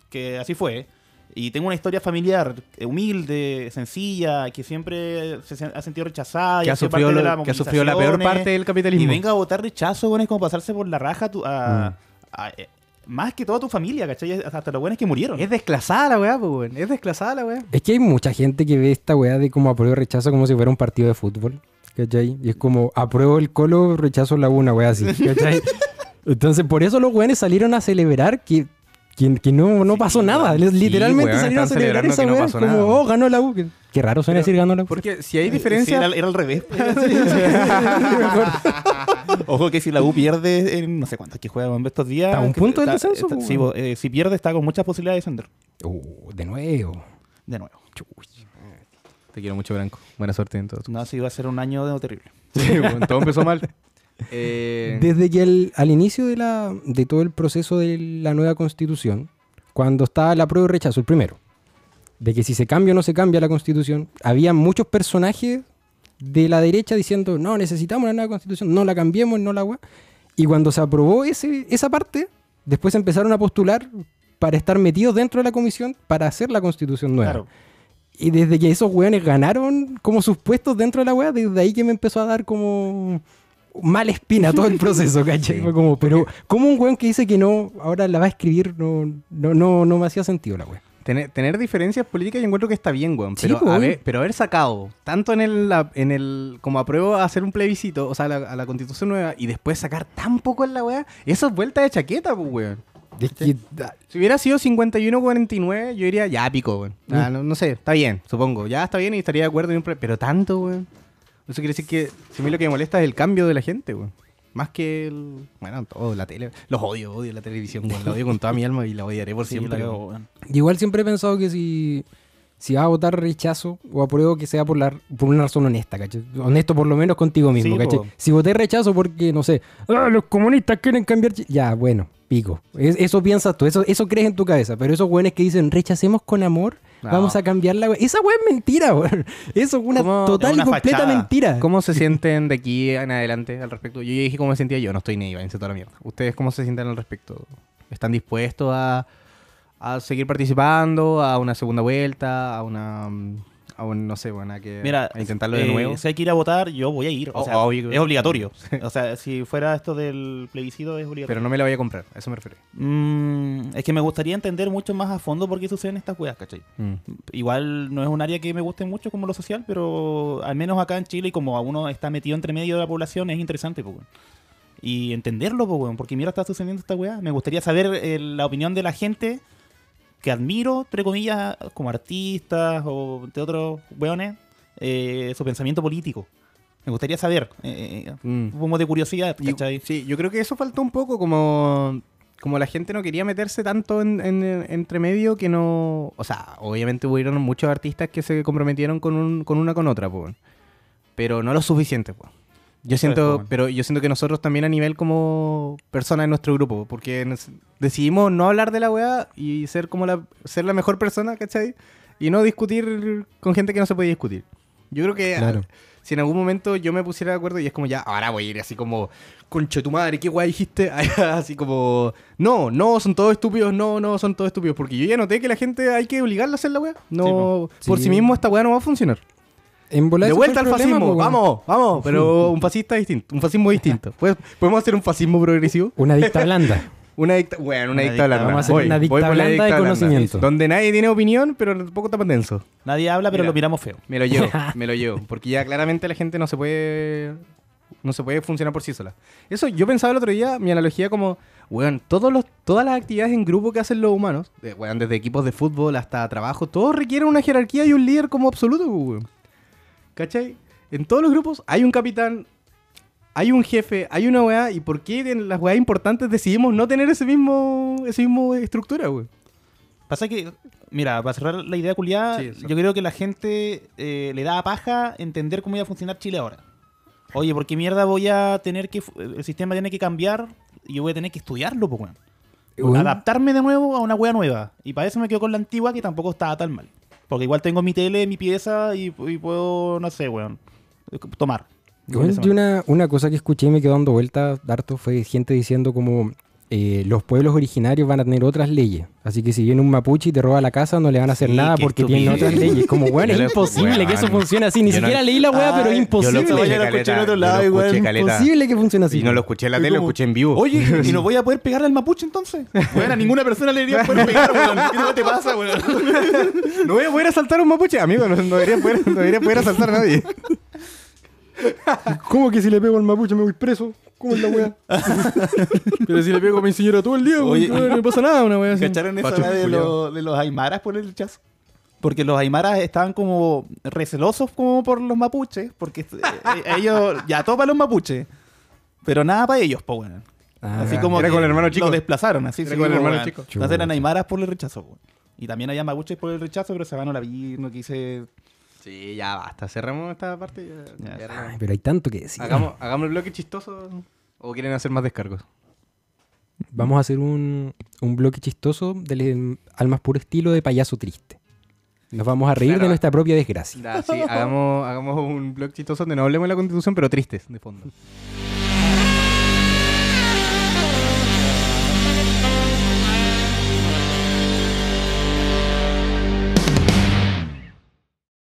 Speaker 2: que así fue, y tengo una historia familiar eh, humilde, sencilla, que siempre se sen- ha sentido rechazada, y
Speaker 3: que ha
Speaker 2: sido
Speaker 3: sufrido,
Speaker 2: parte de
Speaker 3: lo-
Speaker 2: las
Speaker 3: que ha sufrido la peor
Speaker 2: movilizaciones,
Speaker 3: parte del capitalismo.
Speaker 2: Y venga a votar rechazo, weón, es como pasarse por la raja tu-
Speaker 3: Ah.
Speaker 2: a- a- eh, más que toda tu familia, ¿cachai? Hasta los weones que murieron.
Speaker 4: Es desclasada la weá, pues, weón. Es desclasada la weá.
Speaker 1: Es que hay mucha gente que ve esta weá de como apruebo y rechazo como si fuera un partido de fútbol. ¿Cachai? Y es como apruebo el colo, rechazo la una, weá así. ¿Cachai? Entonces, por eso los weones salieron a celebrar que, que, que no, no
Speaker 3: Sí,
Speaker 1: pasó nada.
Speaker 3: weón.
Speaker 1: Les-
Speaker 3: Sí,
Speaker 1: Literalmente
Speaker 3: weón,
Speaker 1: salieron a
Speaker 3: están
Speaker 1: celebrar
Speaker 3: celebrando
Speaker 1: esa
Speaker 3: que no
Speaker 1: weá.
Speaker 3: pasó
Speaker 1: como,
Speaker 3: nada.
Speaker 1: oh, ganó la U. Qué- Qué raro suena decir ganó la U.
Speaker 3: Porque si hay
Speaker 2: Eh, Sí,
Speaker 3: diferencias.
Speaker 2: era, era al revés. pues. Ojo que si la U pierde, en no sé cuánto que juega Bamba estos días.
Speaker 1: Está a un
Speaker 2: que
Speaker 1: punto del
Speaker 2: está-
Speaker 1: descenso,
Speaker 2: está-
Speaker 3: pues,
Speaker 1: po,
Speaker 2: sí,
Speaker 1: weón.
Speaker 2: po, eh, si pierde, está con muchas posibilidades de descender.
Speaker 1: Oh, de nuevo.
Speaker 2: De nuevo.
Speaker 3: Te quiero mucho, Branco. Buena suerte en todo. tu-
Speaker 2: No, sí, iba a ser un año de- terrible.
Speaker 3: Sí, bueno, todo empezó mal. Eh,
Speaker 1: Desde que el- al inicio de, la, de todo el proceso de la nueva constitución, cuando estaba la prueba y rechazo, el primero, de que si se cambia o no se cambia la constitución, había muchos personajes de la derecha diciendo, no, necesitamos una nueva constitución, no la cambiemos, no la gua-". Y cuando se aprobó ese, esa parte, después empezaron a postular para estar metidos dentro de la comisión para hacer la constitución nueva.
Speaker 2: Claro.
Speaker 1: Y desde que esos weones ganaron como sus puestos dentro de la weá, desde ahí que me empezó a dar como mala espina todo el proceso, ¿cachai? Fue como, pero como un weón que dice que no, ahora la va a escribir, no, no, no, no me hacía sentido la weá.
Speaker 3: tener, tener diferencias políticas yo encuentro que está bien, weón.
Speaker 1: Sí,
Speaker 3: Pero,
Speaker 1: po,
Speaker 3: a
Speaker 1: obvio.
Speaker 3: ver- pero haber sacado tanto en el, la- en el como apruebo a hacer un plebiscito, o sea, a la, a la constitución nueva, y después sacar tan poco en la weá, eso es vuelta de chaqueta, pues, weón.
Speaker 1: Es que, da-
Speaker 3: Si hubiera sido 51-49, yo diría, ya pico, weón.
Speaker 1: Mm.
Speaker 3: Ah, no, no sé, está bien, supongo. Ya está bien y estaría de acuerdo, en un pre- pero tanto, weón. Eso quiere decir que si a mí lo que me molesta es el cambio de la gente, weón. Más que el. Bueno, todo, la tele. Los odio, odio la televisión, weón. La odio con toda mi alma y la odiaré por
Speaker 2: Sí,
Speaker 3: siempre.
Speaker 2: la
Speaker 3: weón.
Speaker 2: cago, weón.
Speaker 1: igual siempre he pensado que si, si vas a votar rechazo o apruebo, que sea por, la, por una razón honesta, ¿cachai? Honesto por lo menos contigo mismo,
Speaker 2: Sí,
Speaker 1: ¿cachai?
Speaker 2: po.
Speaker 1: Si voté rechazo porque, no sé, "Ah, los comunistas quieren cambiar... Chi-". Ya, bueno, pico. Es- eso piensas tú, eso, eso crees en tu cabeza. Pero esos güeyes que dicen, rechacemos con amor,
Speaker 3: No.
Speaker 1: vamos a cambiar la... we-". Esa weá es mentira, weón. Eso es una
Speaker 3: ¿Cómo?
Speaker 1: total
Speaker 2: Es una
Speaker 1: y completa
Speaker 2: fachada.
Speaker 1: mentira.
Speaker 3: ¿Cómo se sienten de aquí en adelante al respecto? Yo ya dije cómo me sentía yo, no estoy ni váyanse toda la mierda. ¿Ustedes cómo se sienten al respecto? ¿Están dispuestos a, a seguir participando, a una segunda vuelta, a una. mm, a un, no sé, bueno, a, que,
Speaker 2: Mira,
Speaker 3: a intentarlo de
Speaker 2: eh,
Speaker 3: nuevo?
Speaker 2: Si hay que ir a votar, yo voy a ir. O
Speaker 3: Oh,
Speaker 2: sea,
Speaker 3: obvio que-
Speaker 2: es obligatorio. o sea, si fuera esto del plebiscito, es obligatorio.
Speaker 3: Pero no me la voy a comprar, a eso me refiero.
Speaker 2: Mm, es que me gustaría entender mucho más a fondo por qué suceden estas weas, ¿cachai? Igual no es un área que me guste mucho como lo social, pero al menos acá en Chile, y como a uno está metido entre medio de la población, es interesante, pues, weón. Y entenderlo, pues, weón, porque mira, está sucediendo esta weá. Me gustaría saber eh, la opinión de la gente que admiro, entre comillas, como artistas o de otros weones, eh, su pensamiento político. Me gustaría saber, eh, eh,
Speaker 3: Mm.
Speaker 2: como de curiosidad,
Speaker 3: Y-
Speaker 2: ¿cachai?
Speaker 3: sí, yo creo que eso faltó un poco, como, como la gente no quería meterse tanto en, en- en- entre medio que no... O sea, obviamente hubieron muchos artistas que se comprometieron con, un- con una con otra, po, weón. pero no lo suficiente, po.
Speaker 2: Eso es,
Speaker 3: Yo
Speaker 2: po,
Speaker 3: siento,
Speaker 2: weón.
Speaker 3: pero yo siento que nosotros también a nivel como personas en nuestro grupo, porque nos- decidimos no hablar de la weá y ser como la, ser la mejor persona, ¿cachai? Y no discutir con gente que no se puede discutir. Yo creo que ah,
Speaker 1: Claro.
Speaker 3: si en algún momento yo me pusiera de acuerdo y es como ya, ahora voy a ir así como, conche tu madre, qué guay dijiste, así como, no, no, son todos estúpidos, no, no, son todos estúpidos, porque yo ya noté que la gente hay que obligarla a hacer la weá. No,
Speaker 2: Sí, po.
Speaker 3: por sí
Speaker 1: Sí.
Speaker 3: mismo esta weá no va a funcionar.
Speaker 1: En volar
Speaker 3: De
Speaker 1: ese fue
Speaker 3: vuelta al
Speaker 1: el problema,
Speaker 3: fascismo,
Speaker 1: po, weón.
Speaker 3: vamos, vamos, pero un fascista distinto, un fascismo distinto. Pues, ¿Podemos hacer un fascismo progresivo?
Speaker 1: Una dicta blanda.
Speaker 3: Una dicta, bueno, una,
Speaker 2: Una
Speaker 3: dicta
Speaker 2: dicta-
Speaker 3: blanda.
Speaker 2: vamos a
Speaker 1: hacer una dicta
Speaker 3: por la
Speaker 1: blanda de conocimiento.
Speaker 3: Donde nadie tiene opinión, pero tampoco está tan denso.
Speaker 2: Nadie habla, pero
Speaker 3: Mira.
Speaker 2: lo miramos feo.
Speaker 3: Me lo llevo, me lo llevo. Porque ya claramente la gente no se puede. No se puede funcionar por sí sola. Eso, yo pensaba el otro día, mi analogía como, weón, todos los, todas las actividades en grupo que hacen los humanos, de- weón, desde equipos de fútbol hasta trabajo, todo requiere una jerarquía y un líder como absoluto, pues, weón. ¿Cachai? En todos los grupos hay un capitán, hay un jefe, hay una weá, y por qué en las weas importantes decidimos no tener ese mismo, esa misma estructura, weón.
Speaker 2: Pasa que, mira, para cerrar la idea culiada,
Speaker 3: Sí, eso.
Speaker 2: yo creo que la gente eh, le da paja entender cómo iba a funcionar Chile ahora. Oye, ¿por qué mierda voy a tener que. fu- El sistema tiene que cambiar y yo voy a tener que estudiarlo, pues, weón?
Speaker 1: Weón,
Speaker 2: Adaptarme de nuevo a una wea nueva. Y para eso me quedo con la antigua que tampoco estaba tan mal. Porque igual tengo mi tele, mi pieza y, y puedo, no sé, weón, tomar. Igual
Speaker 1: Bueno,
Speaker 2: esa
Speaker 1: yo una, una cosa que escuché y me quedó dando vuelta harto fue gente diciendo como eh, los pueblos originarios van a tener otras leyes. Así que si viene un mapuche y te roba la casa, no le van a hacer
Speaker 2: Sí,
Speaker 1: nada
Speaker 2: qué
Speaker 1: porque tienen
Speaker 2: estupidez.
Speaker 1: otras leyes. Como, bueno,
Speaker 5: Yo
Speaker 1: es
Speaker 5: lo-
Speaker 1: imposible que eso
Speaker 5: weón.
Speaker 1: funcione así. Ni
Speaker 5: Yo no-
Speaker 1: siquiera leí la weá, pero es
Speaker 5: Yo lo
Speaker 1: imposible.
Speaker 5: escuché
Speaker 2: Yo lo escuché
Speaker 5: caleta,
Speaker 2: en otro
Speaker 5: yo
Speaker 2: lado,
Speaker 5: lo
Speaker 2: igual,
Speaker 5: escuché caleta.
Speaker 1: imposible que funcione así.
Speaker 5: Y no lo escuché en la
Speaker 2: Es
Speaker 5: tele, lo
Speaker 2: como-
Speaker 5: escuché en vivo.
Speaker 2: Oye, y no voy a poder pegarle al mapuche entonces. Bueno, a ninguna persona le debería poder pegar, weón. ¿Qué no te pasa, weón?
Speaker 3: No voy a poder asaltar a un mapuche, amigo. No, no debería, poder, no debería poder asaltar a nadie.
Speaker 1: ¿Cómo que si le pego al mapuche me voy preso? ¿Cómo es la weá?
Speaker 3: Pero si le pego a mi señora todo el día,
Speaker 2: Oye,
Speaker 3: weón, no me pasa nada una wea así.
Speaker 2: ¿Cacharon esa
Speaker 3: Pacho,
Speaker 2: weá de,
Speaker 3: culiao.
Speaker 2: lo- de los aymaras por el rechazo? Porque los aymaras estaban como recelosos como por los mapuches, porque eh, eh, ellos ya todo para los mapuches, pero nada para ellos, po, weón. Así como
Speaker 3: Ah, Era
Speaker 2: que
Speaker 3: con el hermano chico.
Speaker 2: Los desplazaron, así
Speaker 3: Era
Speaker 2: sí,
Speaker 3: con el
Speaker 2: po,
Speaker 3: hermano
Speaker 2: weón.
Speaker 3: chico.
Speaker 2: Entonces eran aymaras por el rechazo, weón. Y también había mapuches por el rechazo, pero se van a la vida, no quise...
Speaker 3: Sí, ya basta. Cerramos esta parte. ya-
Speaker 2: Ya.
Speaker 3: ya
Speaker 1: Ay,
Speaker 3: no.
Speaker 1: pero hay tanto que decir.
Speaker 3: hagamos, hagamos el bloque chistoso. ¿O quieren hacer más descargos?
Speaker 1: Vamos a hacer un, un bloque chistoso del em, al más puro estilo de payaso triste. Nos vamos a reír
Speaker 3: Claro.
Speaker 1: de nuestra propia desgracia.
Speaker 3: Ya, sí, hagamos, hagamos un blog chistoso donde no hablemos de la constitución, pero tristes, de fondo.